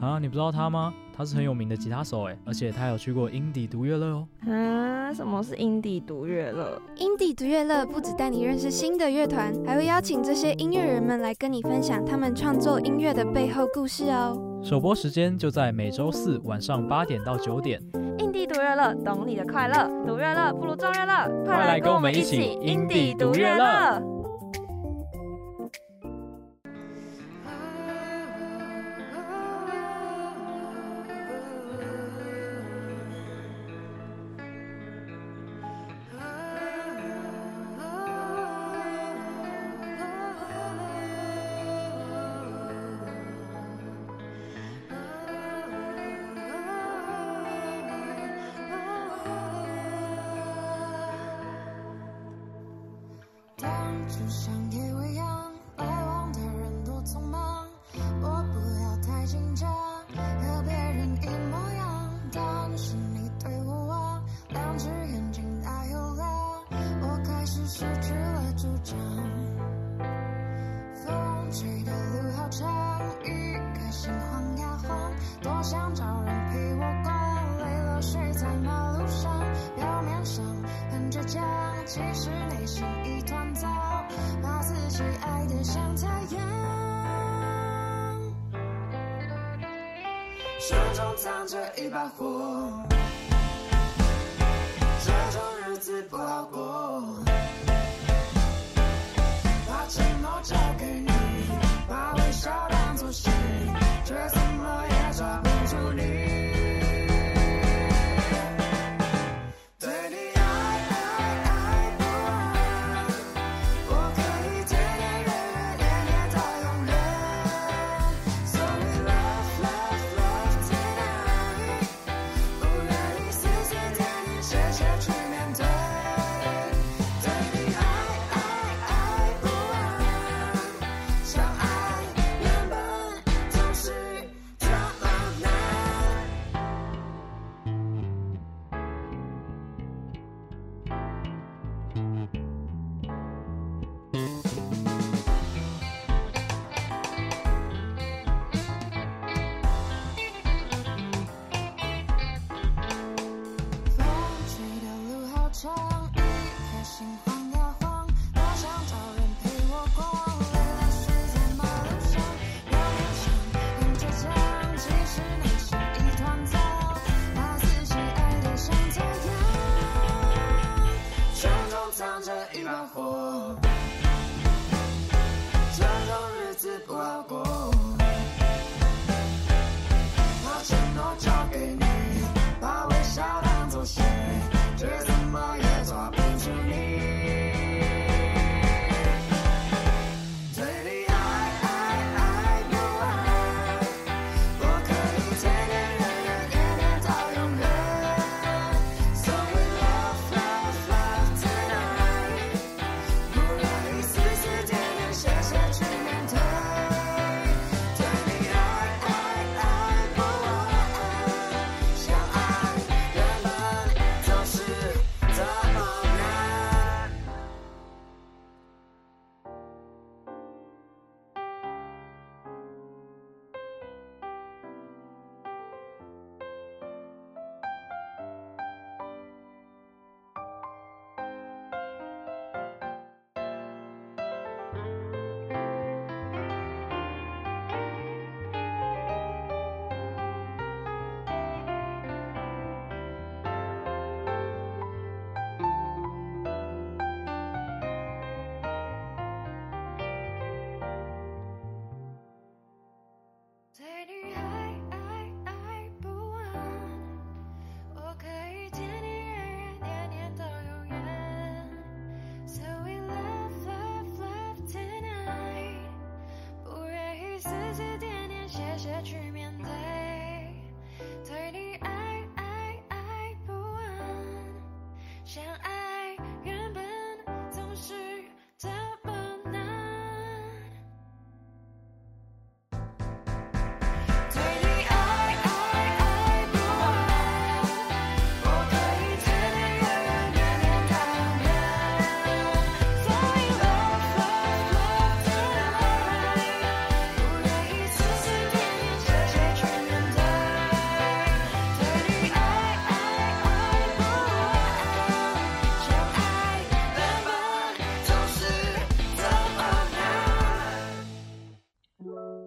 A: 啊，你不知道他吗？他是很有名的吉他手哎，而且他有去过英迪独乐乐哦。
D: 啊，什么是英迪独乐乐？
I: Indie 独乐乐不只带你认识新的乐团，还会邀请这些音乐人们来跟你分享他们创作音乐的背后故事哦。
A: 首播时间就在每周四晚上八点到九点，
D: 印地独乐乐，懂你的快乐，独乐乐不如众乐乐，快
A: 来跟我们一起
D: 印
A: 印
D: 地
A: 地
D: 独
A: 独
D: 乐
A: 乐
D: 乐
A: 乐。
C: 当初像一位羊，来往的人多匆忙，我不要太紧张，和别人一模样。但是你对我望，两只眼睛大又亮，我开始失去了主张。风吹的路好长，一个心慌呀慌，多想找人陪我逛，累了睡在马路上，表面上很倔强，其实内心一团糟，把自己爱得像太阳，手中藏着一把火，这种日子不好过。把寂寞交给你，把微笑当作是，却怎么也抓不住你。对你爱爱爱不完，我可以天天月月年年到永远。So we love love love tonight，不愿意丝丝点点切切去面对。对你爱爱爱不完，相爱原本就是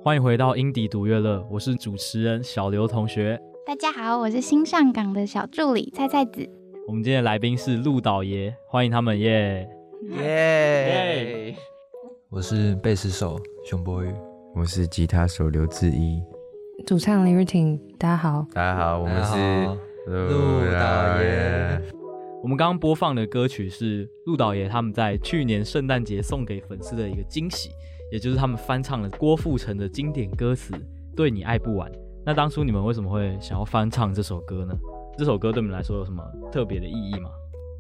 A: 欢迎回到英迪独乐乐，我是主持人小刘同学。
H: 大家好，我是新上岗的小助理菜菜子。
A: 我们今天的来宾是鹿岛爷，欢迎他们耶！
J: 耶！
G: 我是贝斯手熊博宇，
E: 我是吉他手刘志一，
F: 主唱林玉婷，大家好。
E: 大家好，我们是
G: 陆大爷。
A: 我们刚刚播放的歌曲是鹿岛爷他们在去年圣诞节送给粉丝的一个惊喜，也就是他们翻唱了郭富城的经典歌词《对你爱不完》。那当初你们为什么会想要翻唱这首歌呢？这首歌对你们来说有什么特别的意义吗？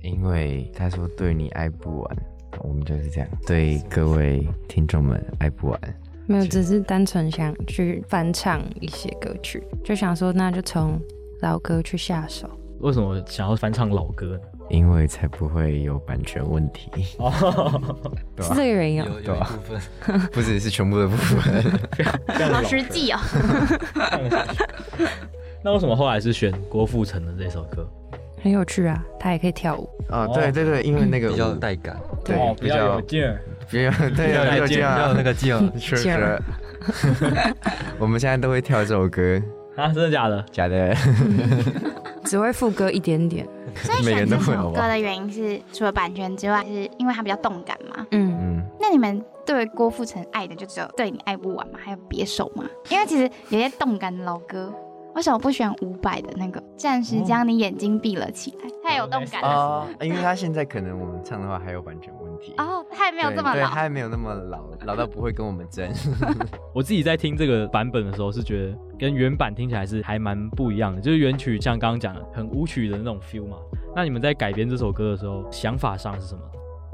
E: 因为他说对你爱不完，我们就是这样对各位听众们爱不完。
F: 没有，只是单纯想去翻唱一些歌曲，就想说那就从老歌去下手。
A: 为什么想要翻唱老歌呢？
E: 因为才不会有版权问题，对
F: 是这个原因、
G: 有
F: 啊。
G: 有一部分，
E: 不只是全部的部分。
B: 好实际哦。
A: 那为什么后来是选郭富城的这首歌？
F: 很有趣啊，他也可以跳舞。
E: 哦，对对对，因为那个
G: 比较
E: 舞
G: 带感，
E: 对
A: 哦
E: 比较
A: 劲儿。
E: 比较对
A: 比较
E: 比较
A: 有劲
G: 比较有那个劲儿。
E: 是
F: 劲
E: 是
F: 儿。
E: 我们现在都会跳这首歌，
A: 啊，真的假的？
E: 假的，
F: 只会副歌一点点。
B: 所以
E: 每
B: 选
E: 个人
B: 这
E: 都会
B: 首
E: 好不
B: 歌
E: 好？
B: 的原因是，除了版权之外，是因为它比较动感嘛。
F: 嗯，
E: 嗯，
B: 那你们对郭富城爱的就只有对你爱不完吗？还有别首吗？因为其实有些动感的老歌，为什么不选伍佰的那个？暂时将你眼睛闭了起来，太有动感了。
E: 哦，因为他现在可能我们唱的话还有版权问题，
B: 哦，他也没有
E: 对
B: 这么
E: 对，
B: 老
E: 他。还没有那么老，老到不会跟我们争。
A: 我自己在听这个版本的时候，是觉得跟原版听起来是还蛮不一样的。就是原曲像刚刚讲的，很舞曲的那种 feel 嘛。那你们在改编这首歌的时候，想法上是什么？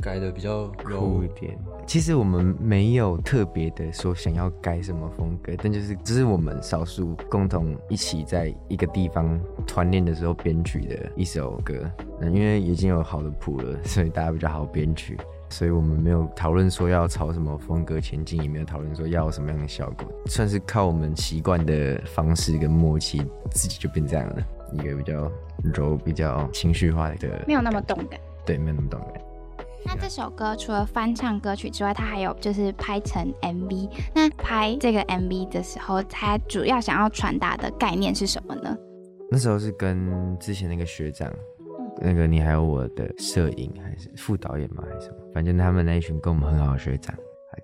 G: 改的比较柔
E: 酷一，点。其实我们没有特别的说想要改什么风格，但就是这是我们少数共同一起在一个地方团练的时候编曲的一首歌。那因为已经有好的谱了，所以大家比较好编曲。 所以我们没有讨论说要朝什么风格前进，也没有讨论说要什么样的效果，算是靠我们习惯的方式跟默契，自己就变这样了。一个比较柔、比较情绪化的一个，
B: 没有那么动感。
E: 对，没有那么动感。
B: 那这首歌除了翻唱歌曲之外，它还有就是拍成 MV。那拍这个 MV 的时候，它主要想要传达的概念是什么呢？
E: 那时候是跟之前那个学长，那个你还有我的摄影还是副导演嘛还是什么，反正他们那一群跟我们很好的学长，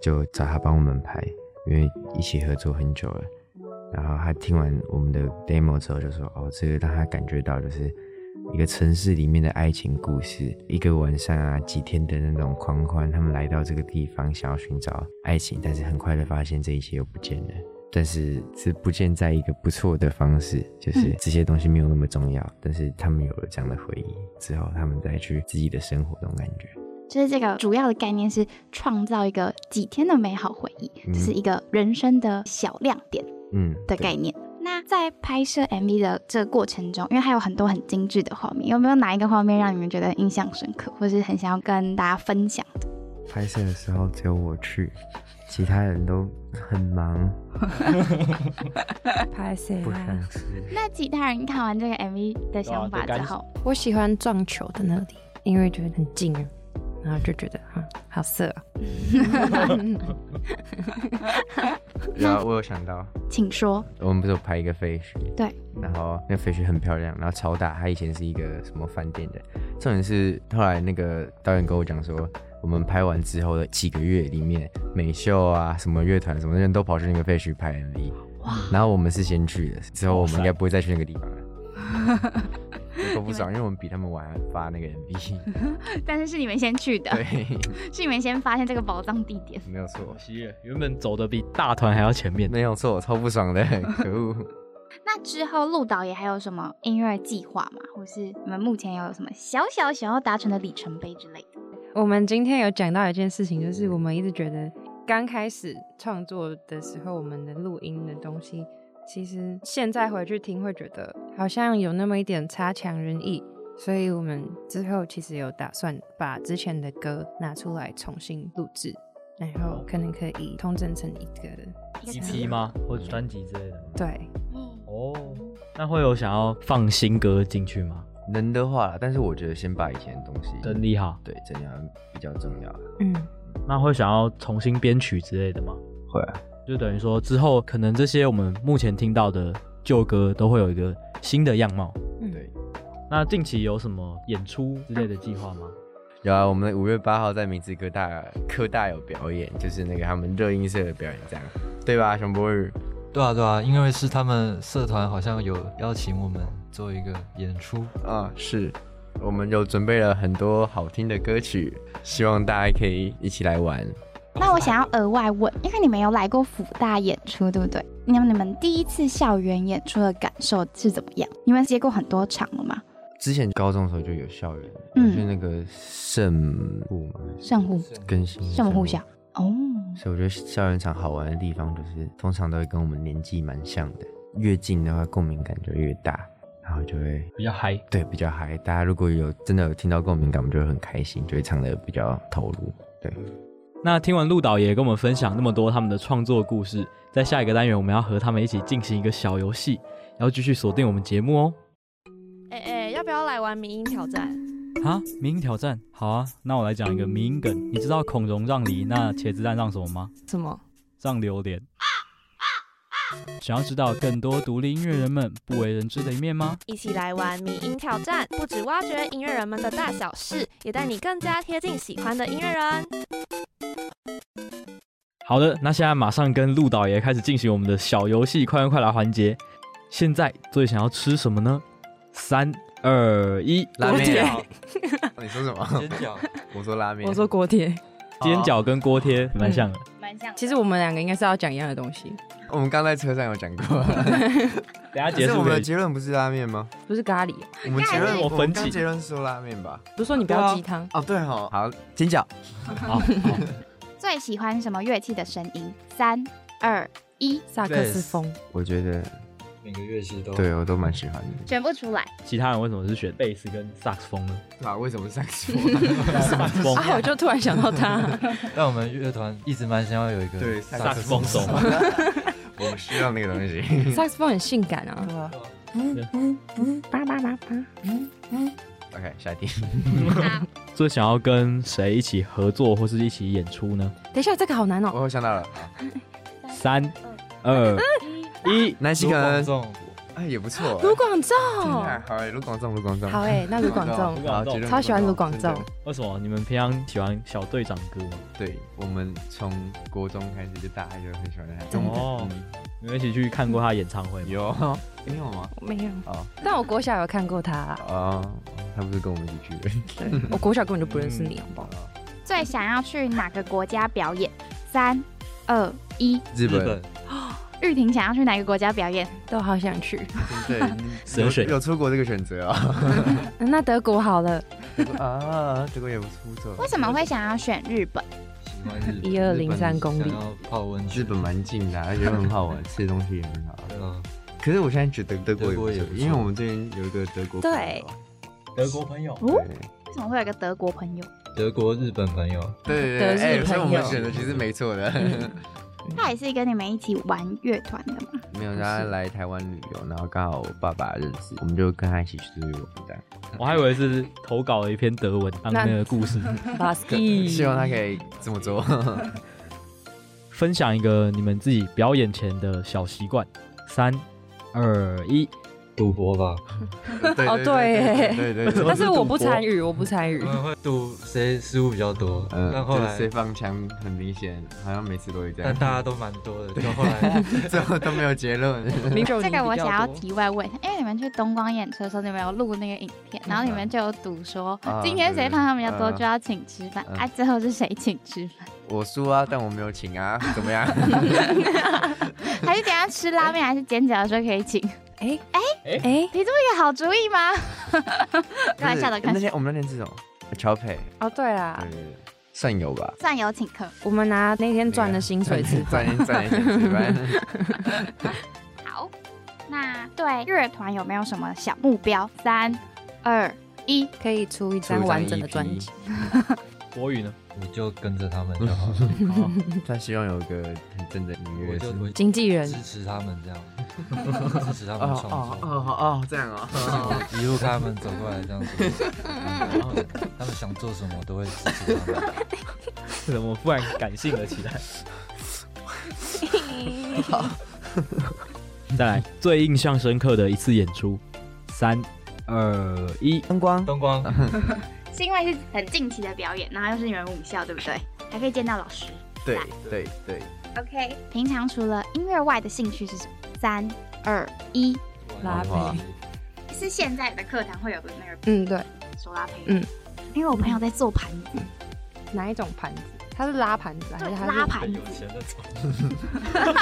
E: 就找他帮我们拍，因为一起合作很久了。然后他听完我们的 demo 之后就说：“哦，这个让他感觉到就是一个城市里面的爱情故事，一个晚上啊几天的那种狂欢，他们来到这个地方想要寻找爱情，但是很快的发现这一切又不见了。”但是是不见在一个不错的方式，就是
B: 嗯
E: 这些东西没有那么重要，但是他们有了这样的回忆之后，他们再去自己的生活，这种感觉。
B: 就是这个主要的概念是创造一个几天的美好回忆，
E: 嗯
B: 就是一个人生的小亮点
E: 嗯，
B: 的概念。那在拍摄 MV 的这个过程中，因为还有很多很精致的画面，有没有哪一个画面让你们觉得印象深刻，或是很想要跟大家分享？
E: 拍摄的时候只有我去，其他人都很忙，
F: 拍谁
E: 不想
F: 啦？
E: 吃。
B: 那其他人看完这个 MV 的想法之后，
F: 我喜欢撞球的那里，因为觉得很近啊，然后就觉得嗯，好色、 啊。
E: 然后啊我有想到，
B: 请说。
E: 我们不是有拍一个废墟？
B: 对。
E: 然后那个废墟很漂亮，然后超大。它以前是一个什么饭店的，重点是后来那个导演跟我讲说，我们拍完之后的几个月里面，美秀啊、什么乐团什么的人都跑去那个废墟拍 MV。然后我们是先去的，之后我们应该不会再去那个地方了。我不爽，因为我们比他们晚发那个 MV。
B: 但是是你们先去的，
E: 对，
B: 是你们先发现这个宝藏地点。
E: 没有错，
A: 惜了，原本走的比大团还要前面。
E: 没有错，超不爽的，可恶。
B: 那之后，鹿岛也还有什么音乐计划吗？或是你们目前有什么小小想要达成的里程碑之类的？
F: 我们今天有讲到一件事情，
E: 嗯
F: 就是我们一直觉得刚开始创作的时候，我们的录音的东西，其实现在回去听会觉得好像有那么一点差强人意，所以我们之后其实有打算把之前的歌拿出来重新录制，然后可能可以通整成一个
A: EP 吗？或者专辑之类的吗？
F: 对。
A: 哦，那会有想要放新歌进去吗？
E: 能的话啦，但是我觉得先把以前的东西
A: 整理好，
E: 对，整理好像比较重要啊。
F: 嗯，
A: 那会想要重新编曲之类的吗？
E: 会啊，
A: 就等于说之后可能这些我们目前听到的旧歌都会有一个新的样貌。
F: 嗯
E: 对。
A: 那近期有什么演出之类的计划吗？
E: 有啊，我们五月八号在明治科大科大有表演，就是那个他们热音社的表演，这样对吧？熊博宇，
G: 对啊，对啊，因为是他们社团好像有邀请我们做一个演 出，
E: 啊、是我们有准备了很多好听的歌曲，希望大家可以一起来玩。
B: 那我想要额外问，因为你们有来过辅大演出，对不对？那么你们第一次校园演出的感受是怎么样？你们接过很多场了吗？
E: 之前高中的时候就有校园，
B: 嗯
E: 就那个圣部嘛，
B: 圣户
E: 更新
B: 圣母护校哦，
E: 所以我觉得校园场好玩的地方就是，通常都会跟我们年纪蛮像的，越近的话共鸣感就越大，然后就会
A: 比较嗨。
E: 对，比较嗨。大家如果有真的有听到共鸣感，我们就会很开心，就会唱的比较投入。对，
A: 那听完陆导也跟我们分享那么多他们的创作故事，在下一个单元我们要和他们一起进行一个小游戏，要继续锁定我们节目哦。
D: 哎哎，要不要来玩民音挑战？
A: 啊，民音挑战，好啊，那我来讲一个民音梗。你知道孔融让梨，那茄子蛋让什么吗？
D: 什么？
A: 让榴莲。想要知道更多独立音乐人们不为人知的一面吗？
D: 一起来玩迷音挑战，不止挖掘音乐人们的大小事，也带你更加贴近喜欢的音乐人。
A: 好的，那现在马上跟陆导爷开始进行我们的小游戏，快问快答环节。现在最想要吃什么呢？三二一，
E: 拉
A: 锅
E: 面
A: 贴
E: 啊。 你说什么？
G: 煎饺。
E: 我说拉面。
F: 我说锅贴，
A: 煎饺跟锅贴蛮像的。
B: 蛮像。
F: 其实我们两个应该是要讲一样的东西，
E: 我们刚在车上有讲过。
A: 等下
E: 可
A: 结
E: 是
A: 束
E: 我们
A: 可
E: 的
A: 以
E: 结论不是拉面吗？
F: 不是咖喱。
E: 我们结论
A: 我
E: 们
A: 分
E: 刚
A: 歧
E: 结论是说拉面吧？
F: 不是说你不要鸡汤，
E: 哦，对哦，好，煎饺。
A: 好，
B: 最喜欢什么乐器的声音？三二一，
F: 萨克斯风。
E: 我觉得
G: 每个乐器都
E: 对我都蛮喜欢的。
B: 选不出来。
A: 嗯其他人为什么是选贝斯跟萨克斯风呢？
E: 对啊，为什么上次？
A: 萨克斯风，
F: 啊，我就突然想到他，
G: 但我们乐团一直蛮想要有一个
E: 对，
A: 萨克斯风手。
E: 我们需要那个东 西。
F: 萨克斯风很性感啊。
E: OK，下一题。
A: 最想要跟谁一起合作或是一起演出呢？
F: 等一下，这个好难哦。
E: 我想到了，好
A: 三二 一，
E: 南希
G: 卢
E: 可
G: 广
E: 能
G: 仲
E: 哎也不错。
F: 卢广仲，
E: 哎好哎，卢广仲，卢广仲。
F: 好哎，那卢广 仲，
E: 好结论
F: 超喜欢卢广仲
E: 真的
A: 为什么你们平常喜欢小队长歌吗？
E: 对我们从国中开始就大家就很喜欢他。
F: 真的
A: 哦
E: 嗯
A: 你们一起去看过他的演唱会吗？
E: 有，嗯你有吗？
F: 没有，
E: 哦
F: 但我国小有看过他啦。
E: 哦，他不是跟我们一起去的。
F: 对，我国小根本就不认识你，好不好？
E: 哦
B: 最想要去哪个国家表演？三二一，
E: 日
G: 日
E: 本
G: 本，
B: 玉婷想要去哪个国家表演？
F: 都好想去。
E: 对，
A: 神选
E: 有有出国这个选择啊。
F: 嗯那德国好了，
E: 啊，这个也不错。
B: 为什么会想要选日本？
G: 喜欢日 本，
F: 一二零三公
G: 想
F: 里。
G: 要泡温
E: 日
G: 泉，
E: 本蛮近的啊，而且很好玩，吃的东西也很好。
G: 对啊，
E: 可是我现在觉得德国
G: 德国也
E: 也不
G: 不
E: 错，
G: 错
E: 因为我们这边有一个德国朋友啊
A: 德国朋
F: 嗯
A: 友，
E: 对
B: 为什么会有一个德国朋友？
G: 德国、日本朋友，
E: 对
F: 德
E: 对
F: 日
E: 对，哎，所以我
F: 朋
E: 们
F: 友
E: 选的其实没错的。
B: 他也是跟你们一起玩乐团的吗？
E: 没有，他来台湾旅游，然后刚好我爸爸认识，我们就跟他一起去出去玩这样。
A: 我还以为是投稿了一篇德文当那个故事，
F: 巴斯基
E: 希望他可以这么做。
A: 分享一个你们自己表演前的小习惯。三二一，
G: 赌博吧，
E: 对
F: 哦对
E: 对对对
F: 但
E: 对。
F: 是我不参 与，我不参与
G: 我。们会赌谁失误比较多，
E: 嗯，
G: 但后
E: 就是谁
G: 来
E: 放枪很明显，好像每次都会这
G: 但
E: 样，
G: 大家都蛮多的，就 后来
E: 最后都没有结论。
F: 米酒你
B: 这个我
F: 比较
B: 想要
F: 多
B: 题外问，因为你们去东光演出的时候，你们有录那个影片，然后你们就有赌说、
E: 啊
B: 今天谁
E: 对
B: 放他们比较多
E: 啊
B: 就要请吃饭，
E: 嗯
B: 啊，最后是谁请吃饭？
E: 我输啊，但我没有请啊，怎么样？
B: 还是等一下吃拉面还是煎饺的时候可以请？
F: 哎
A: 哎
F: 哎哎，
B: 这个好主意吗？ 开玩笑的，
E: 不
B: 开
E: 是那
B: 玩笑
E: 天我们那天吃什么？乔培，
F: 哦对啦
E: 对，对对，算有吧。
B: 算有请客。
F: 我们拿那天赚的薪水吃
E: 赚
F: 饭。
E: 一赚一点钱，反正
B: 好，那对乐团有没有什么小目标？三二一，
F: 可以出一张
E: 出一张 E
F: 完整的
E: EP
F: 专辑，
A: 国语呢？
G: 我就跟着他们就好了，
E: 他希望有个很正的音
G: 我
E: 乐
G: 就
E: 性。
G: 我
F: 经纪人
G: 支持他们这样，支持他们创作，
E: 哦，这样啊，
G: 一路看他们走过来这样子，然后他们想做什么我都会支持他们。
A: 怎么忽然感性了起来？ 再来，最印象深刻的一次演出，三二一，
E: 灯光，
G: 灯光，
B: 是因为是很近期的表演，然后又是你们母校，对不对？还可以见到老师。
E: 对对对，
B: OK，平常除了音乐外的兴趣是什么？三二一，
F: 拉
G: 哇
F: 胚，
B: 是现在的课堂会有的那个
F: 嗯，对，
B: 手拉胚。
F: 嗯，
B: 因为我朋友在做盘子，
F: 哪一种盘子？它是拉盘子啊
B: 嗯
F: 还
B: 对
F: 是它是
B: 拉盘子，
G: 钱的种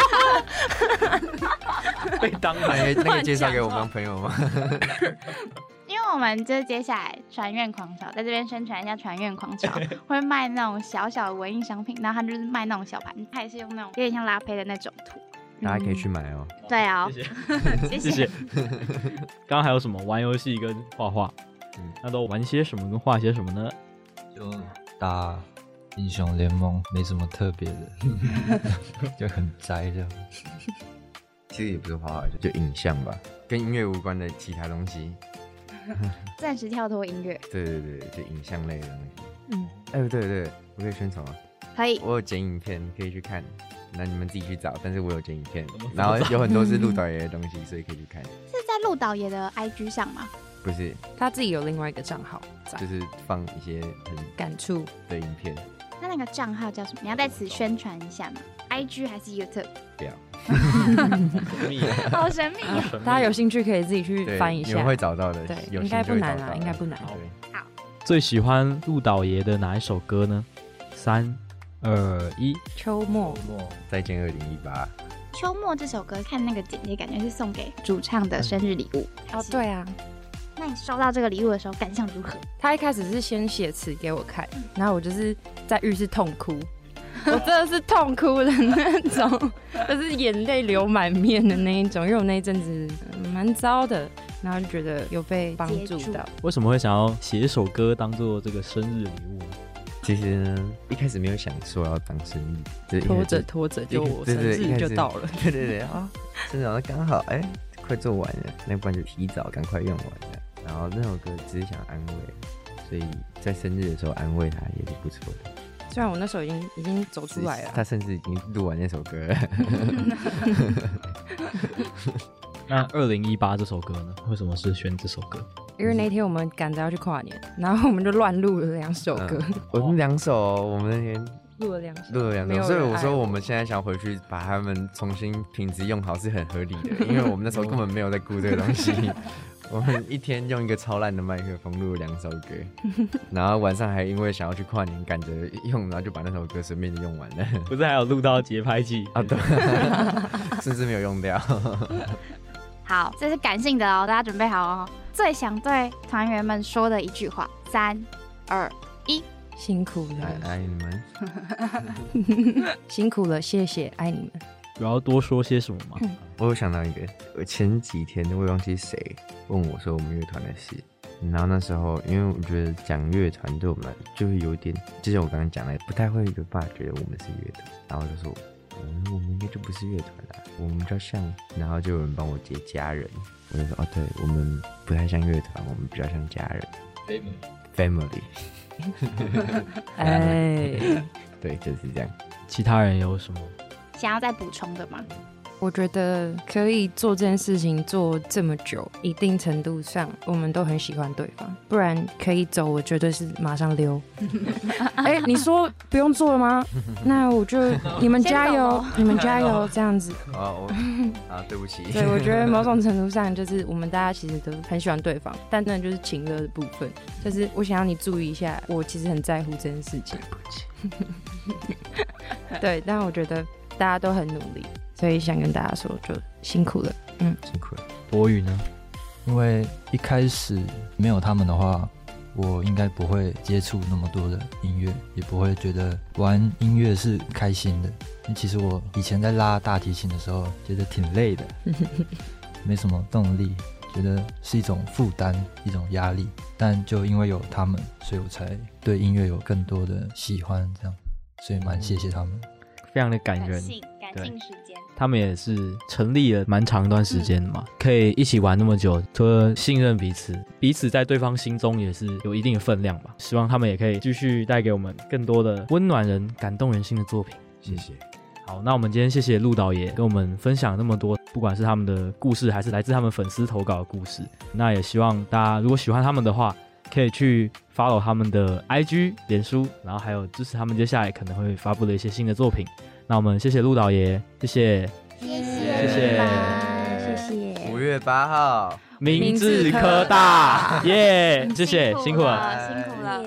A: 被当
E: 那个那个介绍给我们朋友吗？
B: 因为我们就是接下来传院狂潮，在这边宣传一下传院狂 潮会卖那种小小的文艺商品，然后他就是卖那种小盘子，他也是用那种有点像拉胚的那种图。
E: 大家可以去买哦。
B: 对啊、
A: 谢谢
B: 谢
A: 谢谢。刚刚还有什么？玩游戏跟画画
E: 嗯，
A: 那都玩些什么跟画些什么呢？
G: 就打英雄联盟，没什么特别的， 就很宅这样。
E: 其实也不是画画，就就影像吧，跟音乐无关的其他东西。
B: 暂时跳脱音乐，
E: 对对对，就影像类的东西。
F: 嗯，
E: 哎，不对不对，我可以宣传吗？
B: 可以。
E: 我有剪影片可以去看，那你们自己去找。但是我有剪影片，然后有很多是鹿岛爷的东西，所以可以去看。
B: 是在鹿岛爷的 IG 上吗？
E: 不是，
F: 他自己有另外一个账号在
E: 就是放一些很
F: 感触。
E: 的影片，
B: 那那个账号叫什么？你要在此宣传一下吗？IG 还是 YouTube？
E: 不要。
B: 好神 秘哦、
F: 大家有兴趣可以自己
E: 啊对
F: 去翻一
E: 你们
F: 下
E: 会。找到的，
F: 对，
E: 有
F: 应
E: 兴
F: 该
E: 趣
F: 不
E: 会
F: 难
E: 找
F: 啦，
E: 到
F: 应该
E: 的
F: 不难。
E: 对
A: 最喜欢鹿岛爷的哪一首歌呢？三二一，
F: 秋末
E: 再见二零一八，
B: 秋末这首歌，看那个简介，感觉是送给主唱的生日礼物。
F: 哦，对啊，
B: 那你收到这个礼物的时候感想如何？
F: 他一开始是先写词给我看，然后我就是在浴室痛 哭，我真的是痛哭的那种，就是眼泪流满面的那一种，因为我那一阵子嗯蛮糟的，然后就觉得有被帮助
B: 接触
F: 到，
A: 为什么会想要写一首歌当做这个生日礼物呢？
E: 其实呢，一开始没有想说要当生意，就是 一开始
F: 拖着拖着就我
E: 对
F: 生
E: 对对
F: 日就到了，
E: 对对对啊，真的刚好哎、快做完了，那不然就提早赶快用完了。然后那首歌只是想安慰，所以在生日的时候安慰他也是不错的。
F: 虽然我那时候已经已经走出来了
E: 他
F: 啊，
E: 甚至已经录完那首歌了。
A: 那二零一八这首歌呢？为什么是选这首歌？
F: 因为那天我们赶着要去跨年，然后我们就乱录了两首歌，
E: 我们两首哦，我们那天
F: 录了两首，
E: 嗯录了两
F: 没有
E: 首，
F: 人
E: 所以我
F: 爱
E: 说我们现在想回去把它们重新品质用好是很合理 的，因为我们那时候根本没有在顾这个东西。 我们一天用一个超烂的麦克风录了两 首歌，然后晚上还因为想要去跨年赶着用，然后就把那首歌随便就用完了
A: 不是还有录到节拍器
E: 啊，对，甚至没有用 掉。
B: 好，这是感性的哦，大家准备好哦。最想对团员们说的一句话，三、二，
F: 辛苦
E: 爱
F: 了，
E: 爱你们，
F: 辛苦了，谢谢，爱你们。
A: 有要多说些什么吗？
E: 我有想到一个，我前几天我也忘记谁问我说我们乐团的事，然后那时候因为我觉得讲乐团对我们来就是有点，就像我刚刚讲的，不太会有办法觉得我们是乐团，然后我就说我们我们应该就不是乐团啦，我们比较像，然后就有人帮我接家人，我就说哦对，我们不太像乐团，我们比较像家人，family，family，
F: 哎，
E: 对，就是这样。
A: 其他人有什么？
B: 想要再补充的吗？
F: 我觉得可以做这件事情做这么久，一定程度上我们都很喜欢对方，不然可以走，我绝对是马上溜。哎、你说不用做了吗？那我就你们加油，你们加油，这样子。
E: 哦，我啊，对不 起，
F: 对，我觉得某种程度上就是我们大家其实都很喜欢对方，但那就是情乐的部分，就是我想要你注意一下，我其实很在乎这件事情。对，但我觉得大家都很努力，所以想跟大家说，就辛苦了。
E: 辛苦了，
A: 博宇呢？
G: 因为一开始没有他们的话，我应该不会接触那么多的音乐，也不会觉得玩音乐是开心的。因为其实我以前在拉大提琴的时候，觉得挺累 的，没什么动力，觉得是一种负担，一种压力。但就因为有他们，所以我才对音乐有更多的喜欢，这样，所以蛮谢谢他们。
A: 非常的感人。
B: 感
A: 对
B: 时间。
A: 他们也是成立了蛮长一段时间的嘛，可以一起玩那么久，除了信任彼此，彼此在对方心中也是有一定的分量吧。希望他们也可以继续带给我们更多的温暖人、感动人心的作品。
E: 谢谢。
A: 好，那我们今天谢谢陆导也跟我们分享那么多，不管是他们的故事，还是来自他们粉丝投稿的故事。那也希望大家如果喜欢他们的话，可以去 follow 他们的 IG、脸书，然后还有支持他们接下来可能会发布的一些新的作品。那我们谢谢陆导爷，谢谢，
C: 谢
A: 谢谢，
C: 谢谢。
E: 五月八号，
A: 明治科大，耶、谢谢，辛苦了。
D: 辛苦了。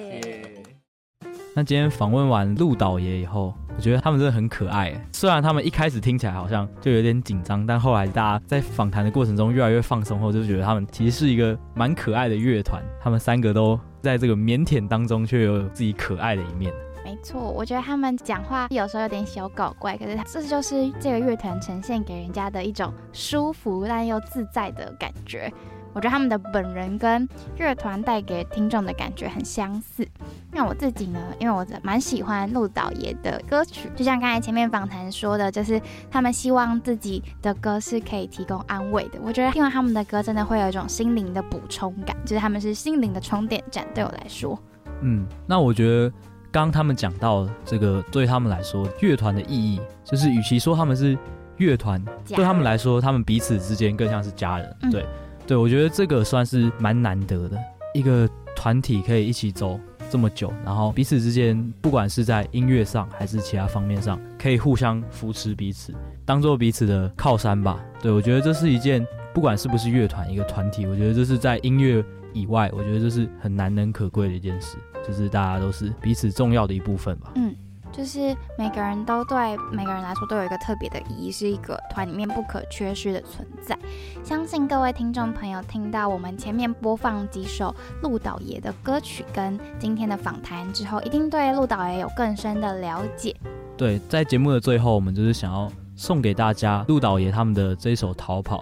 A: 那今天访问完鹿岛爷以后，我觉得他们真的很可爱耶。虽然他们一开始听起来好像就有点紧张，但后来大家在访谈的过程中越来越放松后，就觉得他们其实是一个蛮可爱的乐团。他们三个都在这个腼腆当中，却有自己可爱的一面。
B: 没错，我觉得他们讲话有时候有点小搞怪，可是这就是这个乐团呈现给人家的一种舒服但又自在的感觉。我觉得他们的本人跟乐团带给听众的感觉很相似。那我自己呢，因为我蛮喜欢鹿岛爷的歌曲，就像刚才前面访谈说的，就是他们希望自己的歌是可以提供安慰的。我觉得听完他们的歌，真的会有一种心灵的补充感，就是他们是心灵的充电站，对我来说。
A: 嗯，那我觉得刚刚他们讲到这个，对他们来说，乐团的意义就是，与其说他们是乐团，
B: 家人
A: 对他们来说，他们彼此之间更像是家人。
B: 嗯
A: 对，对我觉得这个算是蛮难得的，一个团体可以一起走这么久，然后彼此之间，不管是在音乐上还是其他方面上，可以互相扶持彼此，当做彼此的靠山吧。对我觉得这是一件，不管是不是乐团一个团体，我觉得这是在音乐以外，我觉得这是很难能可贵的一件事，就是大家都是彼此重要的一部分吧。
B: 嗯，就是每个人都对每个人来说都有一个特别的意义，是一个团里面不可缺失的存在。相信各位听众朋友听到我们前面播放几首鹿岛爷的歌曲跟今天的访谈之后，一定对鹿岛爷有更深的了解。
A: 对，在节目的最后，我们就是想要送给大家鹿岛爷他们的这一首《逃跑》。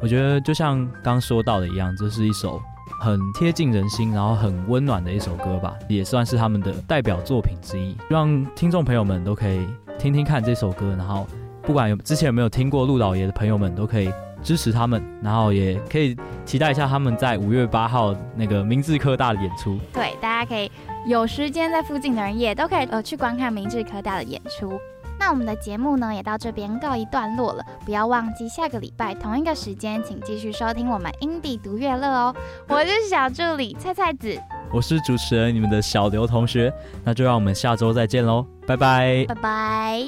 A: 我觉得就像刚说到的一样，这是一首很贴近人心，然后很温暖的一首歌吧，也算是他们的代表作品之一。让听众朋友们都可以听听看这首歌，然后不管有之前有没有听过鹿岛爷的朋友们，都可以支持他们，然后也可以期待一下他们在五月八号那个明治科大的演出。
B: 对，大家可以有时间在附近的人也都可以呃去观看明治科大的演出。那我们的节目呢也到这边告一段落了，不要忘记下个礼拜同一个时间，请继续收听我们英比读乐乐哦。我是小助理菜菜子，
A: 我是主持人，你们的小刘同学，那就让我们下周再见喽，拜拜
B: 拜。拜。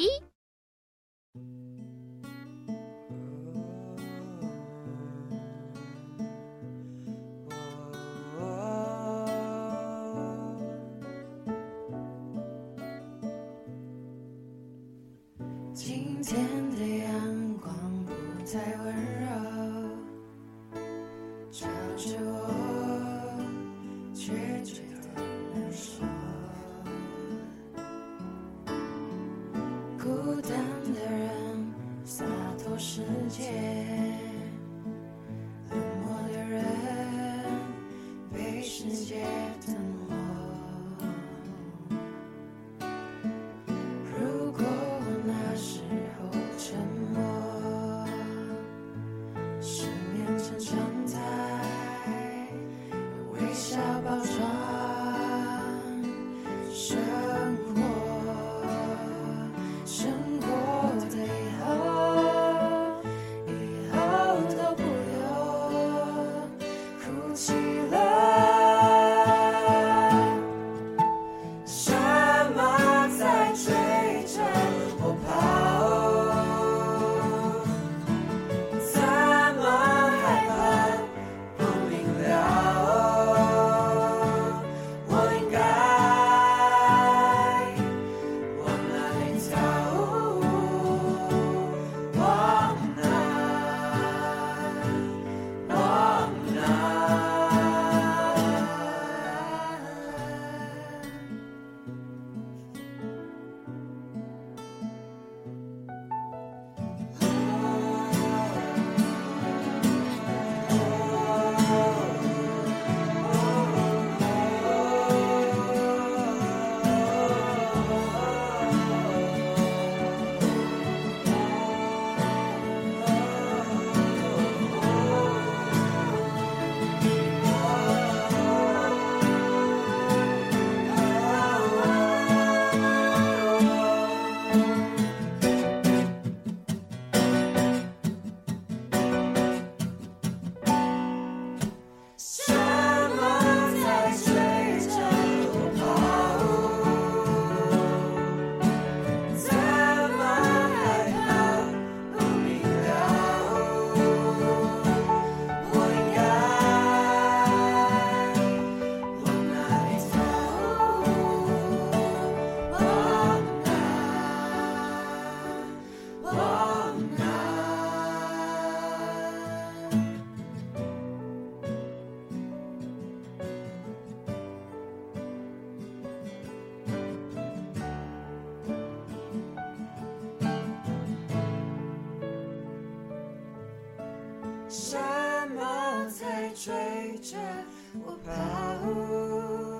C: 今天的阳光不再温柔，照着我，却觉得难受。孤单的人，洒脱世界；冷漠的人，被世界吞没。如果我那时候沉默，失眠成常态，微笑包装生活，生活的以后，以后都不留，哭泣了。什么在追着我跑？怎么害怕不明了？我应该往哪里走？往哪？往哪？什么在吹着泡沫？怎么还跑不明了？我应该往哪里走？往哪？往哪？什么在追着我跑？